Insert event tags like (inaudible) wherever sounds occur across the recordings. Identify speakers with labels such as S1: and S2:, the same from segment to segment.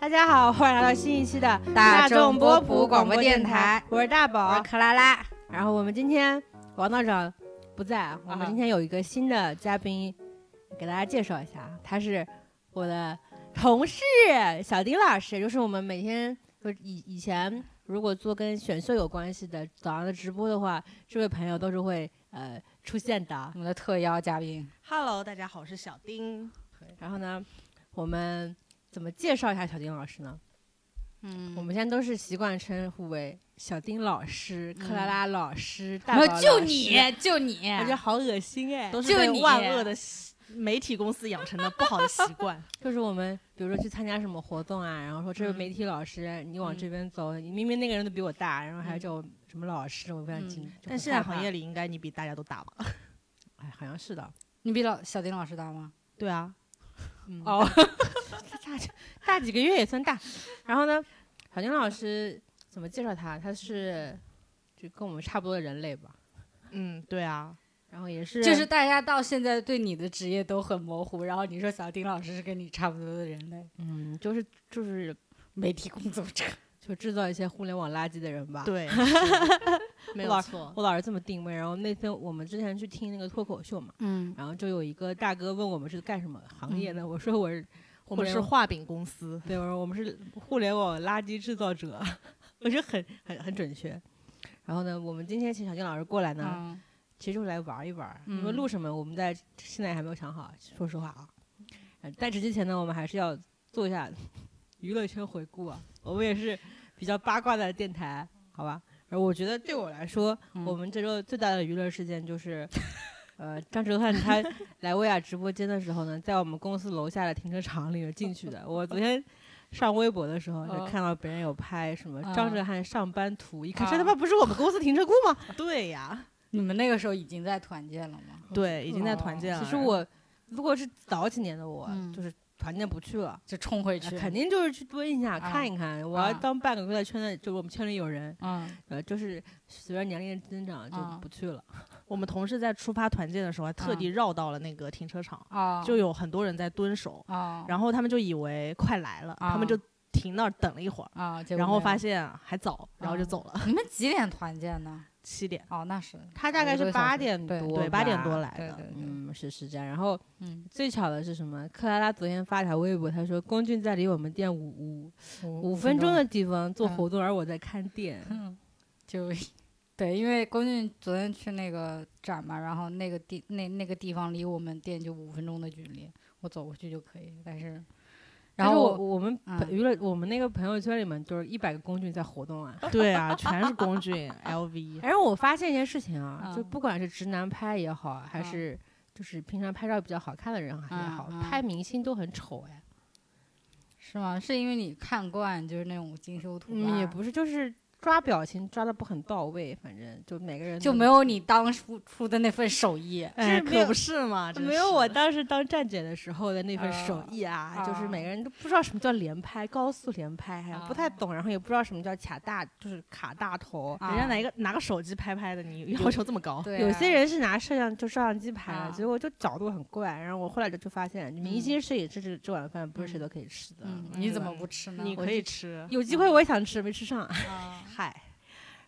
S1: 大家好，欢迎来到新一期的
S2: 大
S1: 众
S2: 众
S1: 波
S2: 波
S1: 普广
S2: 普广
S1: 播
S2: 播
S1: 电
S2: 电
S1: 台
S2: 台，
S1: 我是大
S2: 我
S1: 宝
S2: 是。克拉拉，
S1: 然后我们今天王道长不在啊，我
S2: 啊
S1: 们今天有一个新的嘉宾，给大家介绍一下啊，他是我的同事小丁老师，就是我们每天就以以前如果做跟选秀有关系的早上的直播的话，这位朋友都是会呃出现的啊。
S2: 我们的特邀嘉宾。
S3: Hello，大家好，我是小丁。
S1: 然后呢，我们怎么介绍一下小丁老师呢？
S2: 嗯
S1: 我们现在都是习惯称呼为小丁老师、克拉拉老师、大
S2: 然
S1: 宝老
S2: 后
S1: 师。
S2: 就你，就你，
S1: 我觉得好恶心哎！
S3: 都是
S2: 就
S3: 被啊
S2: 你
S3: 万恶的习媒体公司养成的不好的习 (laughs) 惯。
S1: 就是我们比如说去参加什么活动啊，然后说这位媒体老师，你往这边走，你明明那个人都比我大，然后还叫我什么老师，我非常惊。就很
S3: 但现在
S1: 害怕
S3: 行业，里应该你比大家都大吧？
S1: 哎，好像是的。
S2: 你比老小丁老师大吗？
S3: 对啊，嗯，
S1: 哦， (laughs) 大大几个月也算大。然后呢，小丁老师怎么介绍他？他是就跟我们差不多的人类吧，
S3: 嗯，对啊，
S1: 然后也是
S2: 就是大家到现在对你的职业都很模糊，然后你说小丁老师是跟你差不多的人类，
S1: 嗯，就是就是
S2: 媒体工作者。
S1: 就制造一些互联网垃圾的人吧。
S3: (laughs) 对，
S1: 没
S3: 老
S1: 错，我老是这么定位。然后那天我们之前去听那个脱口秀嘛，
S2: 嗯，
S1: 然后就有一个大哥问我们是干什么行业的，我说我是
S3: 嗯
S1: 互
S3: 我们
S1: 联
S3: 是
S1: 网，
S3: 画饼公司。
S1: 对，我说我们是互联网垃圾制造者， (laughs) 我觉得很很很准确。然后呢，我们今天请小金老师过来呢，
S2: 嗯，
S1: 其实就是来玩一玩。
S2: 嗯
S1: 你们录什么？我们在现在还没有想好，说实话啊。呃在此之前呢，我们还是要做一下娱乐圈回顾啊。我们也是比较八卦的电台，好吧？而我觉得对我来说，
S2: 嗯
S1: 我们这周最大的娱乐事件就是，呃，张哲瀚
S2: (laughs)
S1: 他来薇娅直播间的时候呢，在我们公司楼下的停车场里面进去的。我昨天上微博的时候就
S2: 哦
S1: 看到别人有拍什么
S2: 啊
S1: 张哲瀚上班图，一看
S2: 啊
S1: 这他妈不是我们公司停车库
S2: (laughs)
S1: 吗？
S3: 对呀，
S2: 你们那个时候已经在团建了吗？
S1: 哦
S3: 对，已经在团建了。
S1: 其实我如果是早几年的我，
S2: 嗯
S1: 就是团建不去了，
S2: 就冲回去，
S1: 呃肯定就是去蹲一下、
S2: 啊
S1: 看一看。我要
S2: 啊
S1: 当半个月的圈内，就是我们圈里有人，
S2: 嗯，
S1: 呃，就是随着年龄的增长
S2: 啊
S1: 就不去了。
S3: (laughs) 我们同事在出发团建的时候，还特地绕到了那个停车场，
S2: 啊，
S3: 就有很多人在蹲守，
S2: 啊，
S3: 然后他们就以为快来了，
S2: 啊
S3: 他们就停那儿等了一会儿，
S2: 啊，结果
S3: 然后发
S2: 没
S3: 现还早，然后就走了，
S2: 有你们几点团建呢？
S3: 七点。
S2: 哦，那是
S1: 他大概
S2: 一
S1: 是
S2: 个小时
S1: 八点
S2: 对
S1: 多，
S3: 对，八点多。来
S2: 对
S3: 的。
S2: 对对，
S1: 嗯，是是这样。然后
S2: 嗯，
S1: 最巧的是什么？克拉拉昨天发条微博，她说龚俊在离我们店五五
S2: 五
S3: 哦
S1: 五分钟的地方做
S2: 嗯
S1: 活动，而我在看店。
S2: 嗯，就对，因为龚俊昨天去那个展嘛，然后那个地那那个地方离我们店就五分钟的距离，我走过去就可以。但是，然
S1: 但是
S2: 后
S1: 我
S2: 我
S1: 我们
S2: 嗯
S1: 娱乐我们那个朋友圈里面就是一百个龚俊在活动啊。
S3: 对啊，全是龚 (laughs) 俊、LV。
S1: 而我发现一件事情啊，就
S2: 嗯
S1: 不管是直男拍也好，还
S2: 嗯
S1: 是就是平常拍照比较好看的人也好，
S2: 嗯嗯
S1: 拍明星都很丑哎。
S2: 是吗？是因为你看惯就是那种精修图吧，
S1: 嗯，也不是，就是抓表情抓的不很到位，反正就每个人
S2: 就
S1: 都
S2: 没。有你当初出的那份手艺。
S3: 哎，
S1: 这没有
S3: 可不是嘛，真
S1: 没有我
S3: 是
S1: 当时当站姐的时候的那份手
S2: 啊
S1: 艺啊，就是
S2: 啊
S1: 每个人都不知道什么叫连拍、高速连拍，还有不太
S2: 啊
S1: 懂，然后也不知道什么叫卡大，就是卡大头。
S2: 啊
S3: 人家拿一个拿个手机拍拍的，你要求这么高？
S2: 对啊，
S1: 有些人是拿摄像就摄像机拍的，
S2: 啊
S1: 结果就角度很怪。然后我后来就就发现，明星摄影这这这碗饭不是谁都可以吃的。
S2: 嗯，
S3: 嗯
S2: 你怎么不吃呢？
S3: 你
S2: 我
S3: 可
S2: 就
S3: 以吃。
S1: 有机会我也想吃，没吃上。 (laughs)
S2: 啊
S1: 嗨，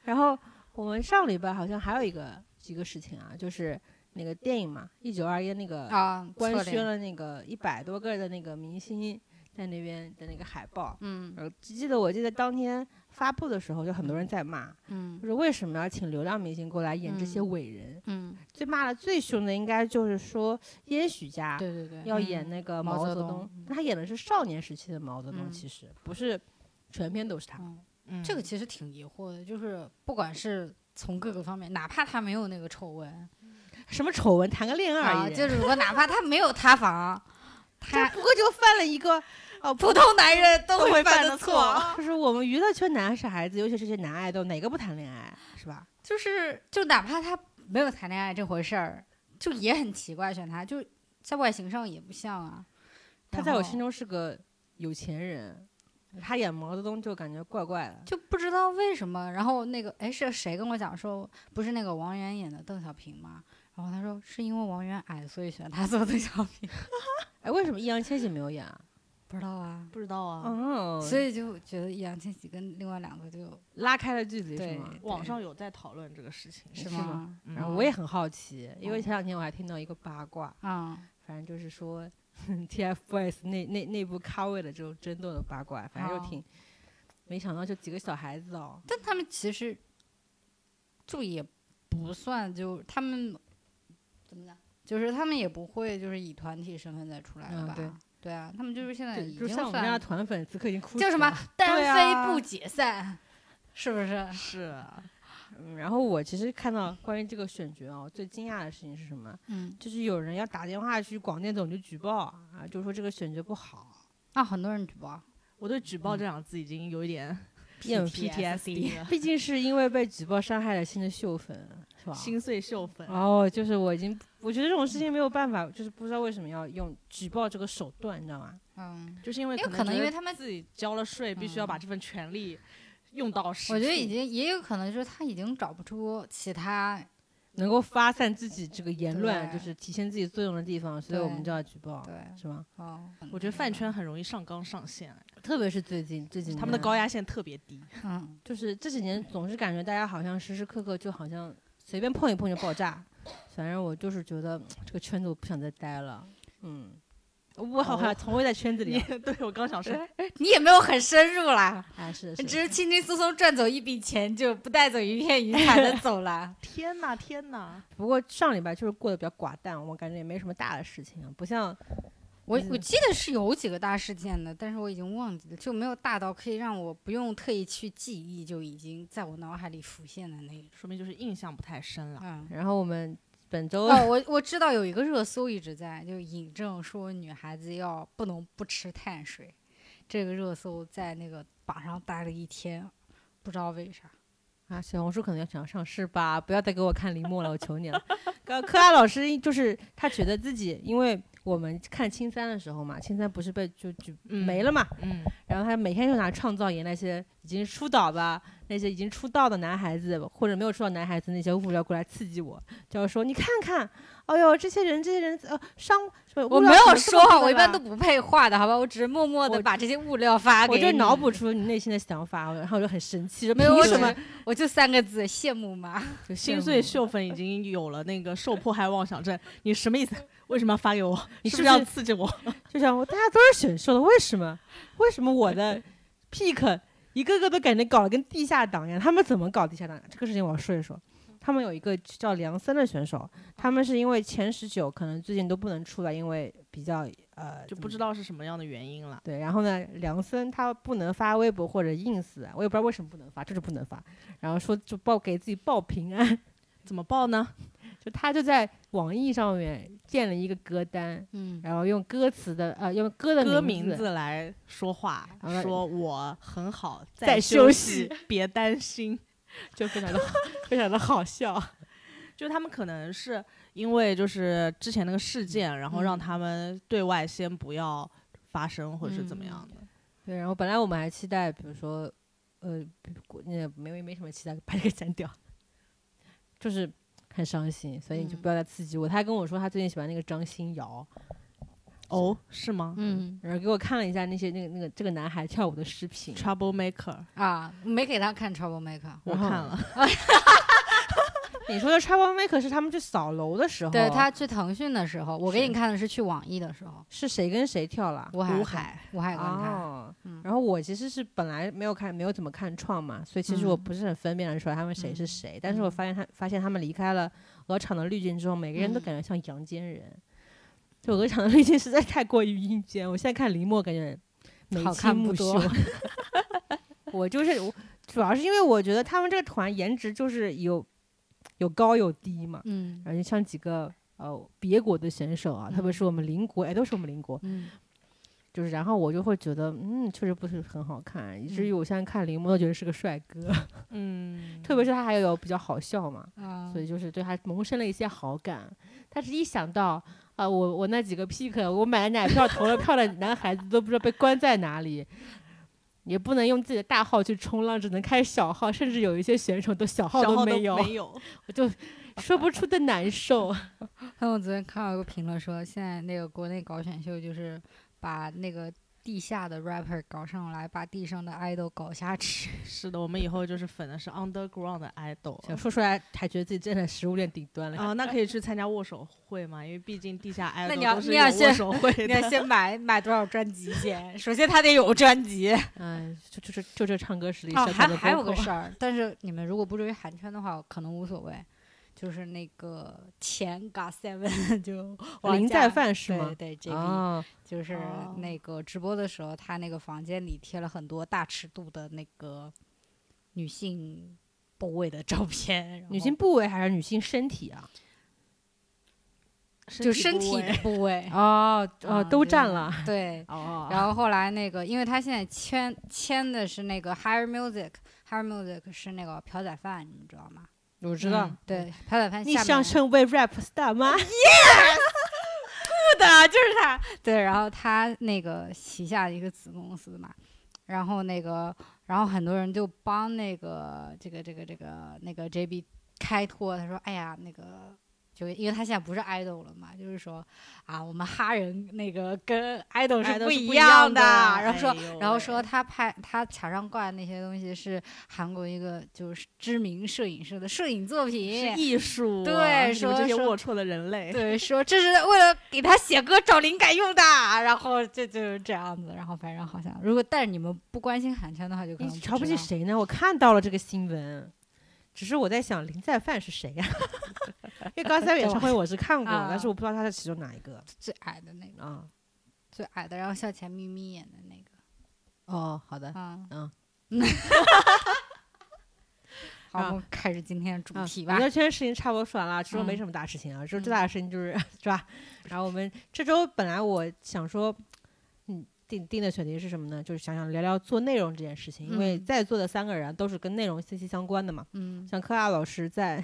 S1: 然后我们上礼拜好像还有一个一个事情啊，就是那个电影嘛，《一九二一》那个
S2: 啊，
S1: 官
S2: 策略
S1: 宣，了那个一百多个的那个明星在那边的那个海报。
S2: 嗯
S1: 呃，记得我记得当天发布的时候，就很多人在骂，
S2: 嗯
S1: 就是为什么要请流量明星过来演这些
S2: 嗯
S1: 伟人？
S2: 嗯，
S1: 最骂的最凶的应该就是说燕许家
S2: 对对对，
S1: 要演
S2: 嗯
S1: 那个
S2: 毛
S1: 毛泽
S2: 泽
S1: 东，
S2: 东
S1: 但他演的是少年时期的毛泽东，
S2: 嗯
S1: 其实不是全篇都是他。
S2: 嗯
S3: 嗯
S2: 这个其实挺疑惑的，就是不管是从各个方面，哪怕他没有那个丑闻
S1: 什么丑闻，谈个恋爱
S2: 啊，
S1: 而已，
S2: 就是如果哪怕他没有塌房，
S1: (laughs) 这
S2: 他
S1: 不过就犯了一个哦
S2: 普通男人都
S3: 会
S2: 会
S3: 犯
S2: 犯
S3: 的
S2: 的
S3: 错
S2: 错，
S1: 就是我们娱乐圈男傻孩子，尤其是这些男爱豆，哪个不谈恋爱是吧？
S2: 就是就哪怕他没有谈恋爱这回事儿，就也很奇怪选他，就在外形上也不像啊。
S1: 他
S2: 然
S1: 在我
S2: 后
S1: 心中是个有钱人，他演毛泽东就感觉怪怪的。
S2: 就不知道为什么。然后那个哎，是谁跟我讲说，不是那个王源演的邓小平吗？然后他说是因为王源矮，所以选他做邓小平。 (laughs)
S1: 哎，为什么易烊千玺没有演啊？
S2: 不知道啊，
S3: 不知道啊，
S1: 哦，
S2: 所以就觉得易烊千玺跟另外两个就
S1: 拉开了距离是
S2: 对
S1: 吗？
S3: 网上有在讨论这个事情，
S2: 是
S1: 是吗
S2: 吗？
S3: 嗯
S1: 然后我也很好奇，因为
S2: 嗯
S1: 前两天我还听到一个八卦，
S2: 啊，
S1: 反正就是说 (laughs) TFBOYS 内内内部咖位的这种争斗的八卦，反正就
S2: 哦
S1: 挺。没想到就几个小孩子哦，
S2: 但他们其实就也不算就他们怎么讲，就是他们也不会就是以团体身份再出来了
S1: 嗯
S2: 吧？
S1: 对
S2: 对啊，他们就是现在
S1: 对
S2: 已
S1: 就
S2: 经
S1: 像我们家的
S2: 算
S1: 团粉此刻已经哭
S2: 叫
S1: 死
S2: 什么
S1: 了
S2: 单
S3: 啊
S2: 飞不解散，是不是？
S3: 是啊，
S1: 嗯然后我其实看到关于这个选角哦，最惊讶的事情是什么？
S2: 嗯，
S1: 就是有人要打电话去广电总局举报啊，就说这个选角不好， (laughs)
S2: 那啊很多人举报，
S3: 我对举
S2: 嗯
S3: 报这两个字已经有
S2: (laughs)
S3: 一点
S1: 厌
S3: PTSD 了，
S1: 毕竟是因为被举报伤害了心的秀粉，是吧？
S3: (laughs) 心碎秀粉。
S2: 嗯
S1: 哦，就是我已经，我觉得这种事情没有办法，就是不知道为什么要用举报这个手段，你知道吗？
S2: 嗯，
S3: 就是因为
S2: 因为
S3: 可
S2: 可能因为
S3: 觉得
S2: 他们
S3: 自己交了税，必须要把这份权利用到实处。
S2: 我觉得已经也有可能就是他已经找不出其他，
S1: 能够发散自己这个言论，
S2: 对
S1: 就是体现自己作用的地方，所以
S2: 对
S1: 我们就要举报，
S2: 对，
S1: 是吗？
S2: 哦，
S3: 我觉得饭圈很容易上纲上线，
S1: 特别是最近最近
S3: 他们的高压线特别低。 (laughs)
S2: 嗯，
S1: 就是这几年总是感觉大家好像时时刻刻就好像随便碰一碰就爆炸，反正我就是觉得嗯这个圈子我不想再待了，嗯，我好像从未在圈子里
S3: 你
S1: (laughs) 啊，
S3: 对我刚想说，。
S2: 你也没有很深入啦，
S1: 哎是的
S2: 只
S1: 是的，
S2: 是轻轻松松赚走一笔钱，就不带走一片云彩 (laughs) 的走了
S3: 天哪，天哪！
S1: 不过上礼拜就是过得比较寡淡，我感觉也没什么大的事情啊，不像
S2: 我
S1: 嗯
S2: 我记得是有几个大事件的，但是我已经忘记了，就没有大到可以让我不用特意去记忆，就已经在我脑海里浮现的那一种。
S3: 说明就是印象不太深了。
S2: 嗯，
S1: 然后我们本周
S2: 哦，我我知道有一个热搜一直在，就引证说女孩子要不能不吃碳水，这个热搜在那个榜上待了一天，不知道为啥。
S1: 啊，小红书可能要想要上市吧，不要再给我看林默了，我求你了。刚柯拉老师就是他觉得自己，因为我们看青三的时候嘛，青三不是被就就
S3: 嗯
S1: 没了嘛，
S3: 嗯，
S1: 然后他每天就拿创造营那些已经出道吧，那些已经出道的男孩子或者没有出道男孩子那些物料过来刺激我，就要说你看看，哎呦这些人这些人呃伤什么
S2: 我
S1: 物料
S2: 没
S1: 怎
S2: 有
S1: 么这么
S2: 说话，
S1: 多
S2: 我一般
S1: 了
S2: 都不配话的，好吧？我只是默默的
S1: 我
S2: 把这些物料发给
S1: 我
S2: 你。
S1: 就脑补出你内心的想法，然后我就很生气，说
S2: 没有
S1: 凭
S2: 我
S1: 什
S2: 只
S1: 么
S2: 是？我就三个字：羡慕嘛。
S1: 就
S3: 心
S1: 羡
S3: 碎
S1: 慕
S3: 秀粉已经有了那个受迫害妄想症，你什么意思？为什么要发给我？
S1: 你
S3: 是
S1: 是不
S3: 不是
S1: 是
S3: 要刺激我？
S1: 就想我大家都是选秀的，为什么？为什么我的 pick 一个个都感觉搞得跟地下党一样？他们怎么搞地下党？这个事情我要说一说。他们有一个叫梁森的选手，他们是因为前十九可能最近都不能出来，因为比较呃
S3: (laughs) 就不知
S1: 道。
S3: 道是什么样的原因了。
S1: 对，然后呢，梁森他不能发微博或者 ins，啊我也不知道为什么不能发，就是不能发。然后说就报给自己报平安， (laughs)
S3: 怎么报呢？
S1: 就他就在网易上面建了一个歌单，
S2: 嗯，
S1: 然后用歌词的呃用歌的
S3: 歌
S1: 名
S3: 名字来说话
S1: 然后，
S3: 说我很好，
S1: 在休
S3: 休
S1: 息，
S3: 别担心。 (laughs)
S1: 就非常的非常的好笑。
S3: 就他们可能是因为就是之前那个事件，然后让他们对外先不要发声，或者是怎么样的。
S1: 对，然后本来我们还期待，比如说，呃，那没没什么期待，把这个删掉， (laughs) 就是很伤心，所以你就不要再刺激我。他还跟我说他最近喜欢那个张欣瑶，
S3: 哦，是吗？
S2: 嗯
S1: 然后给我看了一下那些那个那个这个男孩跳舞的视频，
S3: Trouble Maker，
S2: 啊，没给他看 Trouble Maker。
S3: 我
S1: 然后
S3: 看了，
S1: 你说的 Trouble Maker 是他们去扫楼的时候，
S2: 对他去腾讯的时候，我
S1: 是
S2: 给你看的是去网易的时候，
S1: 是谁跟谁跳了？
S2: 吴海
S3: 吴
S2: 吴
S3: 海，
S2: 吴海观看，
S1: 哦
S2: 嗯
S1: 然后我其实是本来没有看，没有怎么看创嘛，所以其实我
S2: 嗯
S1: 不是很分辨得出来他们谁是
S2: 嗯
S1: 谁。但是我发现他发现他们离开了鹅厂的滤镜之后，每个人都
S2: 嗯
S1: 感觉像阳间人。就鹅厂的滤镜实在太过于阴间，我现在看林墨感觉眉
S2: 好
S1: 清
S2: 看
S1: 目
S2: 不
S1: 秀
S2: 多。
S1: (laughs) 我就是我，主要是因为我觉得他们这个团颜值就是有有高有低嘛，
S2: 嗯
S1: 而且像几个呃别国的选手啊，特别
S2: 嗯
S1: 是我们邻国，哎，都是我们邻国，
S2: 嗯，
S1: 就是，然后我就会觉得，嗯，确实不是很好看，以至于我现在看林默都觉得是个帅哥，
S3: 嗯，
S1: 特别是他还有比较好笑嘛，
S2: 啊
S1: 所以就是对他萌生了一些好感。但是，一想到啊、我我那几个 pick，我买了奶票、投了票的男孩子都不知道被关在哪里，也不能用自己的大号去冲浪，只能开小号，甚至有一些选手都小号
S3: 小
S1: 都
S3: 号都
S1: 没有，
S3: 没有，
S1: 我就说不出的难 (laughs) 受。
S2: 啊还有我昨天看到一个评论说，现在那个国内搞选秀就是把那个地下的 rapper 搞上来，把地上的 idol 搞下去。
S1: (laughs)
S3: 是的，我们以后就是粉的是 underground 的 idol。
S1: 行说出来还觉得自己站在食物链顶端了。
S3: 啊，那可以去参加握手会嘛？因为毕竟地下 (laughs) idol
S2: 你要
S3: 都是
S2: 你要
S3: 有握
S2: 先
S3: 手会
S2: 你
S3: 的。 (laughs)
S2: 要先买买多少专辑先？首先他得有专辑。
S1: 嗯，就就这就这唱歌实力，
S2: 哦，
S1: 小
S2: 还
S1: 小的
S2: 还有
S1: 包
S2: 个
S1: 括 (laughs)
S2: 事儿，但是你们如果不追韩圈的话，可能无所谓。就是那个前 GOT Seven 就
S1: 哦
S2: 王
S1: 林
S2: 嘉
S1: 在范是吗？
S2: 对对，JP、
S1: 啊，
S2: 就是
S3: 哦
S2: 那个直播的时候，他那个房间里贴了很多大尺度的那个女性部位的照片，然
S1: 女
S2: 后
S1: 性部位还是女性身体啊？
S2: 就身
S3: 部
S2: 体
S3: 位
S2: 的部位，
S1: (laughs) 哦
S2: 啊
S1: 哦，都
S2: 就
S1: 占了。 (laughs)
S2: 对。
S1: 哦
S2: 然后后来那个，因为他现在签签的是那个 Higher Music，Higher Music 是那个朴宰范，你们知道吗？
S1: 我知道
S3: 嗯，
S2: 对，朴宰范
S1: 逆
S2: 下
S1: 向
S2: 面
S1: 称为 rap 大妈。
S2: 的，就是他。 (laughs) 对，然后他那个旗下的一个子公司嘛，然后那个，然后很多人就帮那个这个这个这个那个 JB 开脱，他说：“哎呀，那个。”就因为他现在不是 idol 了嘛，就是说啊，我们哈人那个跟 idol 是
S3: idol
S2: 不
S3: 是不一
S2: 样
S3: 样的
S2: 然后说，
S3: 哎呦
S2: 然后
S3: 喂
S2: 说他拍他墙上挂的那些东西是韩国一个就是知名摄影师的摄影作品，
S3: 是艺术啊，
S2: 对
S3: 你们
S2: 说
S3: 这些
S2: 说
S3: 龌龊的人
S1: 哎
S3: 类。
S2: 对，说这是为了给他写歌找灵感用的，然后这就是这样子，然后反正好像如果但是你们不关心韩圈的话，就可能
S1: 你瞧不
S2: 知
S1: 起
S2: 道
S1: 谁呢？我看到了这个新闻，只是我在想林在范是谁呀、 (laughs) 因为高三演唱会我是看过，
S2: 啊
S1: 但是我不知道他是其中哪一个
S2: 最矮的那个，
S1: 啊。
S2: 最矮的，然后向前咪咪演的那个，
S1: 哦，好的，
S2: 嗯
S1: 嗯。
S2: (laughs) 好，
S1: 啊
S2: 我们开始今天的主
S1: 啊
S2: 题吧
S1: 娱。乐圈事情差不多说完了，这周没
S2: 嗯
S1: 什么大事情啊，这周
S2: 嗯
S1: 最大的事情就是是吧？然后我们这周本来我想说，嗯，定定的选题是什么呢？就是想想聊聊做内容这件事情，因为
S2: 嗯
S1: 在座的三个人都是跟内容息息相关的嘛。
S2: 嗯
S1: 像科亚老师在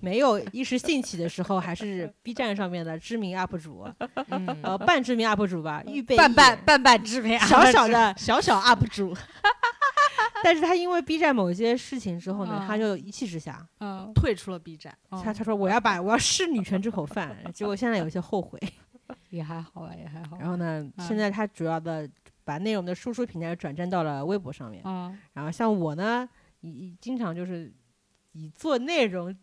S1: 没有一时兴起的时候，还
S2: (laughs)
S1: 是 B 站上面的知名 UP 主，
S3: 嗯，，
S1: 呃，半知名 UP 主吧，预备
S2: 嗯半
S1: 役
S2: 半半半啊知名，
S1: 小小的
S3: (laughs) (laughs) 小小 UP 主，
S1: 但是他因为 B 站某些事情之后呢，他
S2: 嗯
S1: 就一气之下，
S2: 嗯，
S3: 退出了 B 站。
S2: 哦
S1: 他他说我要把我要试女权这口饭，结果现在有些后悔。
S2: 也还好吧，也还好。
S1: 然后呢，现
S2: 嗯
S1: 在他主要的把内容的输出平台转战到了微博上面，
S2: 嗯，
S1: 然后像我呢，以以经常就是以做内容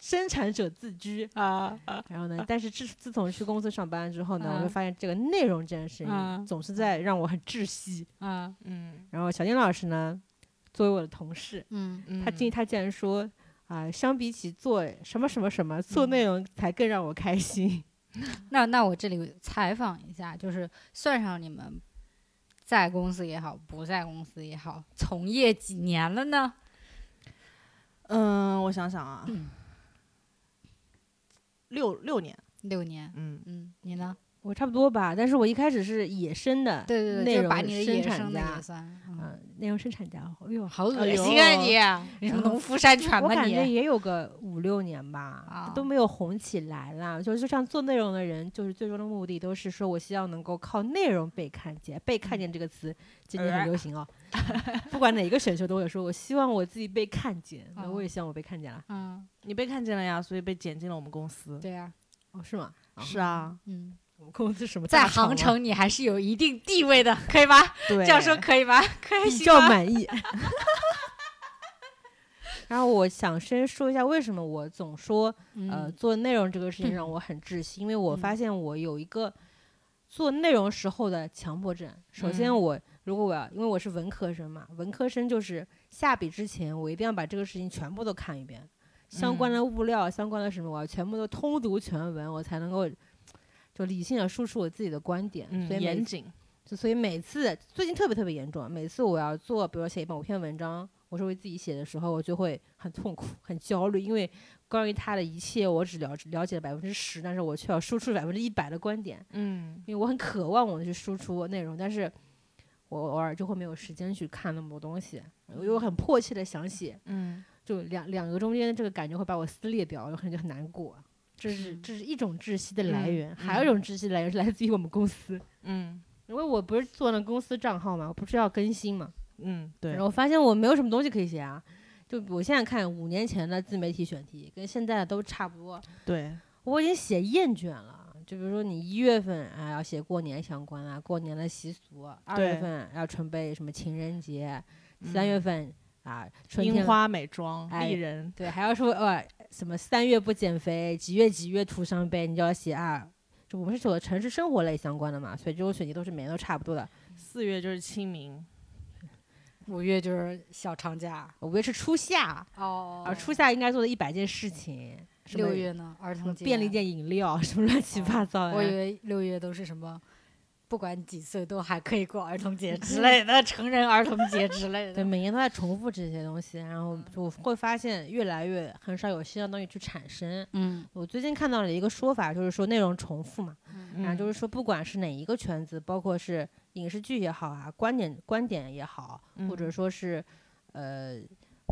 S1: 生产者自居， (laughs)
S2: 啊啊
S1: 然后呢，但是自自从去公司上班之后呢，我会
S2: 嗯
S1: 发现这个内容这件事情
S2: 嗯
S1: 总是在让我很窒息。
S2: 啊
S3: 嗯，
S1: 然后小丁老师呢，作为我的同事，
S2: 嗯
S1: 他竟他竟然说啊、相比起做什么什么什么，做内容才更让我开心。
S2: 那那我这里采访一下，就是算上你们在公司也好，不在公司也好，从业几年了呢？
S3: 嗯，我想想啊
S2: 嗯，
S3: 六六年，
S2: 六年。
S3: 嗯，
S2: 嗯，你呢？
S1: 我差不多吧，但是我一开始是野生的
S2: 对
S1: 内
S2: 对对，就
S1: 容
S2: 把你的
S1: 生
S2: 野
S1: 产
S2: 生的
S1: 家
S2: 也，算。
S1: 嗯、
S2: 嗯，
S1: 内容生产家，哎呦，
S2: 好恶
S3: 哎呦
S2: 心啊
S1: (laughs)
S2: 你！你什么农夫山泉
S1: 我
S2: 吧
S1: 感觉
S2: 你？
S1: 也有个五六年吧，
S2: 啊
S1: 都没有红起来啦。就是像做内容的人，就是最终的目的都是说我希望能够靠内容被看见。被看
S2: 嗯
S1: 见这个词
S2: 呃
S1: 今年很流行哦， (laughs) 不管哪个选秀都会说，我希望我自己被看见。那
S2: 啊
S1: 我也希望我被看见了，
S2: 嗯，
S3: 你被看见了呀，所以被剪进了我们公司。
S2: 对呀，
S1: 哦，是吗？啊
S3: 是啊，
S2: 嗯，
S1: 我们公司什么
S2: 在
S1: 大厂啊
S2: 杭，城你还是有一定地位的，可以吧？
S3: (laughs) 对，
S2: 这样说可以吧？开
S1: 比
S2: 心
S1: 较
S2: 吗？
S1: 满意。 (laughs) 然后我想先说一下为什么我总说呃，
S2: 嗯
S1: 做内容这个事情让我很窒息，因为我
S3: 嗯
S1: 发现我有一个做内容时候的强迫症。首先
S3: 嗯
S1: 我，如果我要，因为我是文科生嘛，文科生就是下笔之前，我一定要把这个事情全部都看一遍，相关
S3: 嗯
S1: 的物料、相关的什么，我要全部都通读全文，我才能够就理性的输出我自己的观点。
S3: 嗯
S1: 所以每次
S3: 严谨，
S1: 就所以每次最近特别特别严重，每次我要做，比如写某篇文章，我是为自己写的时候，我就会很痛苦、很焦虑，因为关于他的一切，我只了了解百分之十，但是我却要输出百分之一百的观点，
S3: 嗯
S1: 因为我很渴望我去输出内容，但是我偶尔就会没有时间去看那么多东西，我又很迫切的想写，
S3: 嗯
S1: 就两两个中间的这个感觉会把我撕裂掉，我很就很难过。这是
S2: 嗯
S1: 这是一种窒息的来源，
S3: 嗯
S1: 还有一种窒息的来源是来自于我们公司。
S3: 嗯
S1: 因为我不是做了公司账号嘛，我不是要更新嘛，
S3: 嗯，对
S1: 然，后我发现我没有什么东西可以写啊。就我现在看五年前的自媒体选题跟现在的都差不多，
S3: 对，
S1: 我已经写厌倦了，就比如说你一月份啊要写过年相关啊，过年的习俗；二
S3: 对
S1: 月份要准备什么情人节，
S3: 嗯
S1: 三月份啊春天
S3: 樱花美妆、
S1: 哎
S3: 丽人，
S1: 对，还要说呃什么三月不减肥，几月几月徒伤悲，你就要写啊。就我们是走的城市生活类相关的嘛，所以这种选题都是每年都差不多的。
S3: 四月就是清明，
S2: 五月就是小长假
S1: 五月是初夏，
S2: 哦
S1: 啊，初夏应该做的一百件事情。什么
S2: 六月呢，儿
S1: 什么
S2: 童节
S1: 便利店饮料，什么乱七八糟的。
S2: 我以为六月都是什么，不管几岁都还可以过儿童节之类的，成人儿童节之类
S1: 对，
S2: 的。
S1: 每年都在重复这些东西，然
S2: 嗯
S1: 后就会发现越来越很少有新的东西去产生。
S2: 嗯，
S1: 我最近看到了一个说法，就是说内容重复嘛，
S2: 嗯
S1: 然后
S3: 嗯
S1: 就是说不管是哪一个圈子，包括是影视剧也好啊，观点观点也好，或者
S3: 嗯
S1: 说是呃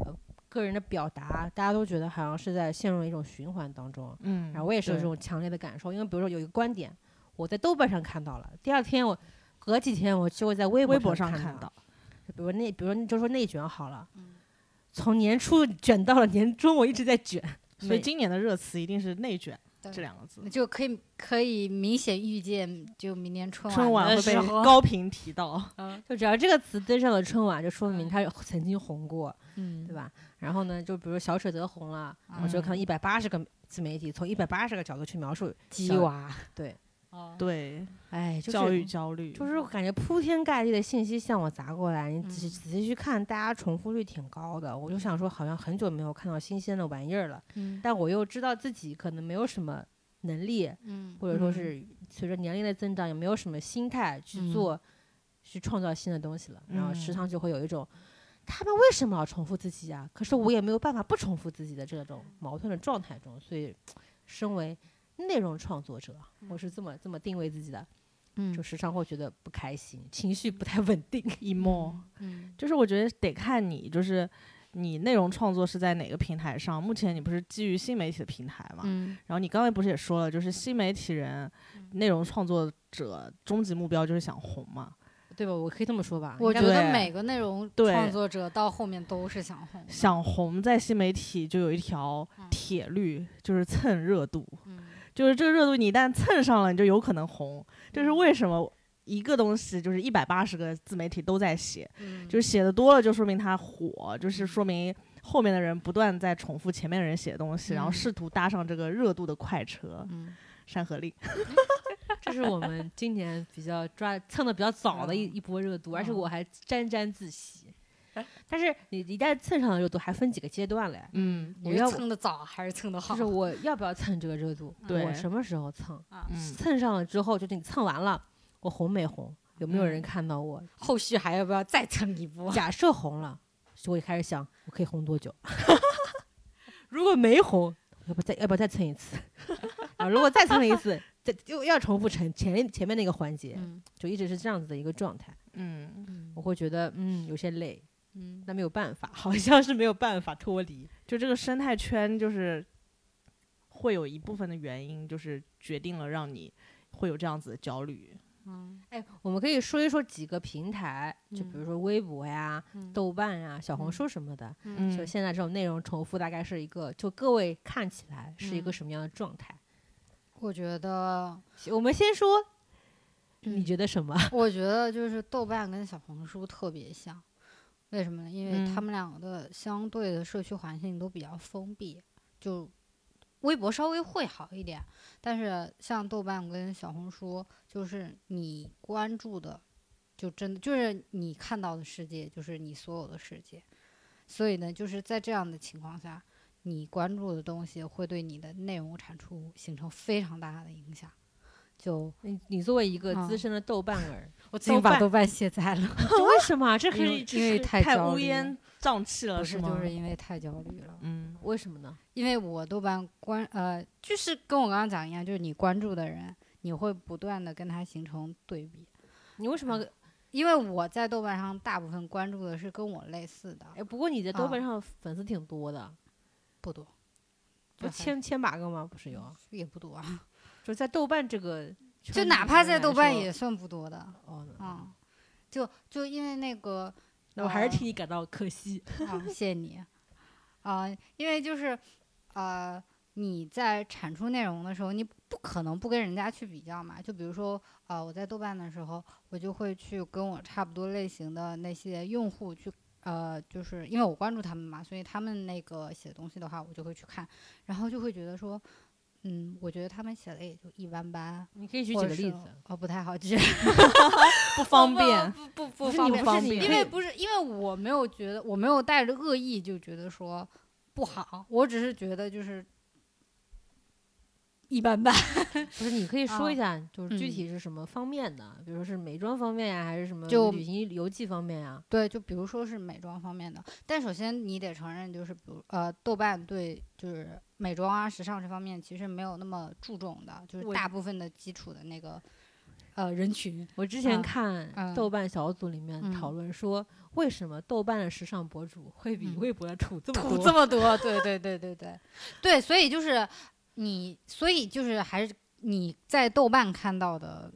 S1: 呃个人的表达，大家都觉得好像是在陷入一种循环当中。
S3: 嗯，
S1: 然后我也是有
S3: 对
S1: 这种强烈的感受，因为比如说有一个观点，我在豆瓣上看到了，第二天我隔几天我就会在微
S3: 微
S1: 博
S3: 博上
S1: 看
S3: 看到，嗯
S1: 就比如内，比如就说内卷好了，从年初卷到了年终，我一直在
S3: (laughs)
S1: 卷，
S3: 所以
S1: 每
S3: 今年的热词一定是内卷
S2: 对
S3: 这两个字。
S2: 就可以可以明显预见，就明年春
S3: 春晚
S2: 晚
S3: 会
S2: 的时
S3: 被
S2: 候，
S3: 高频提到，
S1: 就只要这个词登上了春晚，就说
S3: 嗯
S1: 明它曾经红过，
S2: 嗯
S1: 对，吧？然后呢，就比如小舍得红了，我就
S3: 嗯
S1: 看一百八十个自媒体从一百八十个角度去描述
S2: 鸡
S1: 小，
S2: 娃，
S1: 对，
S2: 嗯哦，
S3: 对
S1: 哎，就是
S3: 教育焦虑，
S1: 就是我感觉铺天盖地的信息向我砸过来，你仔细
S2: 嗯
S1: 仔细去看，大家重复率挺高的。我就想说，好像很久没有看到新鲜的玩意儿了，
S2: 嗯
S1: 但我又知道自己可能没有什么能力，
S2: 嗯
S1: 或者说
S3: 嗯
S1: 是随着年龄的增长，也没有什么心态去
S2: 嗯
S1: 做、去创造新的东西了。然后时
S3: 嗯
S1: 常就会有一种，他们为什么要重复自己啊？可是我也没有办法不重复自己的这种矛盾的状态中。所以，身为内容创作者，我是这么这么定位自己的，就
S2: 嗯
S1: 时常会觉得不开心，情绪不太稳定。
S3: emo，
S2: 嗯
S3: 就是我觉得得看你，就是你内容创作是在哪个平台上。目前你不是基于新媒体的平台嘛？
S2: 嗯
S3: 然后你刚才不是也说了，就是新媒体人、内容创作者终极目标就是想红嘛？
S1: 对吧？我可以这么说吧。
S2: 我
S1: 应
S2: 觉
S1: 该
S2: 得
S3: 对
S2: 每个内容
S3: 对
S2: 创作者到后面都是想红的，
S3: 想红在新媒体就有一条
S2: 嗯
S3: 铁律，就是蹭热度，
S2: 嗯
S3: 就是这个热度你一旦蹭上了，你就有可能红。这
S2: 嗯
S3: 是为什么？一个东西就是一百八十个自媒体都在写，
S2: 嗯
S3: 就是写的多了就说明它火，就是说明后面的人不断在重复前面的人写的东西，然后
S2: 嗯
S3: 试图搭上这个热度的快车。
S2: 嗯
S3: 山河令，
S1: (laughs) 这是我们今年比较抓蹭的比较早的一一波热度，而且我还沾沾自喜。但是你一旦蹭上了热度，还分几个阶段嘞？
S3: 嗯
S2: 你
S1: 我
S2: 是
S1: 要
S2: 蹭的早还是蹭的好
S1: 就是？我要不要蹭这个热度？
S2: 对
S1: 我什么时候蹭？
S2: 啊，
S3: 嗯，
S1: 蹭上了之后，就是你蹭完了，我红没红？有没有人
S3: 嗯
S1: 看到我？
S2: 后续还要不要再蹭一波？
S1: 假设红了，就会开始想我可以红 (laughs) 多久。如果没红，要不再要不要再蹭一次？ (laughs) 啊，如果再蹭了一次，再又要重复成前前面那个环节，
S2: 嗯
S1: 就一直是这样子的一个状态。
S3: 嗯，
S1: 我会觉得嗯有些累，
S2: 嗯
S1: 但没有办法，好像是没有办法脱离。
S3: 就这个生态圈，就是会有一部分的原因，就是决定了让你会有这样子的焦虑。
S2: 嗯
S1: 哎， (laughs) 我们可以说一说几个平台，就比如说微博呀、
S2: 嗯
S1: 豆瓣呀、小红书什么的。
S3: 嗯
S1: 就现在这种内容重复，大概是一个，就各位看起来是一个
S2: 嗯
S1: 什么样的状态？
S2: 我觉得，
S1: 我们先说，
S2: 嗯
S1: 你觉得什
S2: (laughs)
S1: 么？
S2: 我觉得就是豆瓣跟小红书特别像，为什么呢？因为
S3: 嗯
S2: 他们两个的相对的社区环境都比较封闭，就微博稍微会好一点，但是像豆瓣跟小红书，就是你关注的，就真的就是你看到的世界，就是你所有的世界。所以呢，就是在这样的情况下，你关注的东西会对你的内容产出形成非常大的影响。就
S1: 你你作为一个资
S2: 嗯
S1: 深的豆瓣 (laughs) 儿，
S2: 我
S1: 最近把啊豆
S2: 瓣卸载了。
S1: 这为什么啊？这可
S2: (laughs) 因
S1: 以
S2: 为
S1: 这
S2: 因为
S1: 是
S2: 太焦
S3: 乌
S2: 虑了
S3: 烟瘴气了，
S2: 不呃是，
S3: 吗？
S2: 就是因为太焦虑了。
S3: 嗯
S1: 为什么呢？
S2: 因为我豆瓣关呃，就是跟我刚刚讲一样，就是你关注的人，你会不断的跟他形成对比。
S1: 你为什
S2: 嗯
S1: 么要？
S2: 因为我在豆瓣上大部分关注的是跟我类似的，
S1: 哎，不过你在豆
S2: 啊
S1: 瓣上粉丝挺多的，
S2: 不多，
S1: 不
S2: 就啊还
S1: 千千把个吗？不是有啊？
S2: 也不 (laughs) 多啊，
S1: 就在豆瓣这个圈子
S2: 就
S1: 里面来说，
S2: 哪怕在豆瓣也算不多的
S1: 哦，
S2: 啊、就就因为那个
S1: 那我还是
S2: 呃
S1: 替你感到可惜。
S2: 啊，谢谢你。啊、因为就是，呃，你在产出内容的时候，你不可能不跟人家去比较嘛。就比如说，啊，我在豆瓣的时候，我就会去跟我差不多类型的那些用户去，呃，就是因为我关注他们嘛，所以他们那个写东西的话，我就会去看，然后就会觉得说，嗯，我觉得他们写的也就一般般，
S1: 你可以举
S2: 或
S1: 几个例
S2: 者是
S1: 子，
S2: 哦，不
S1: (laughs)
S2: 太好举。
S3: 不方便，
S2: 不不不
S1: 不是
S2: 方
S1: 你不
S2: 便，
S1: 方
S2: 是
S1: 便
S2: 因为不是因为我没有觉得，我没有带着恶意就觉得说不好，我只是觉得就是一般般。
S1: 不是你可以说一下，就是具
S2: 啊嗯
S1: 体是什么方面的，比如说是美妆方面呀、还是什么
S2: 就
S1: 旅行游记方面呀、
S2: 对，就比如说是美妆方面的，但首先你得承认，就是比如呃，豆瓣对就是美妆啊、时尚这方面其实没有那么注重的，就是
S1: 我
S2: 大部分的基础的那个呃人群，
S1: 我之前
S2: 啊
S1: 看
S2: 嗯
S1: 豆瓣小组里面
S2: 嗯
S1: 讨论说，为什么豆瓣的时尚博主会比
S2: 嗯
S1: 微博的土这么
S2: 土
S1: 多？
S2: 这么多，对对对对对对，所以就是你，所以就是还是你在豆瓣看到的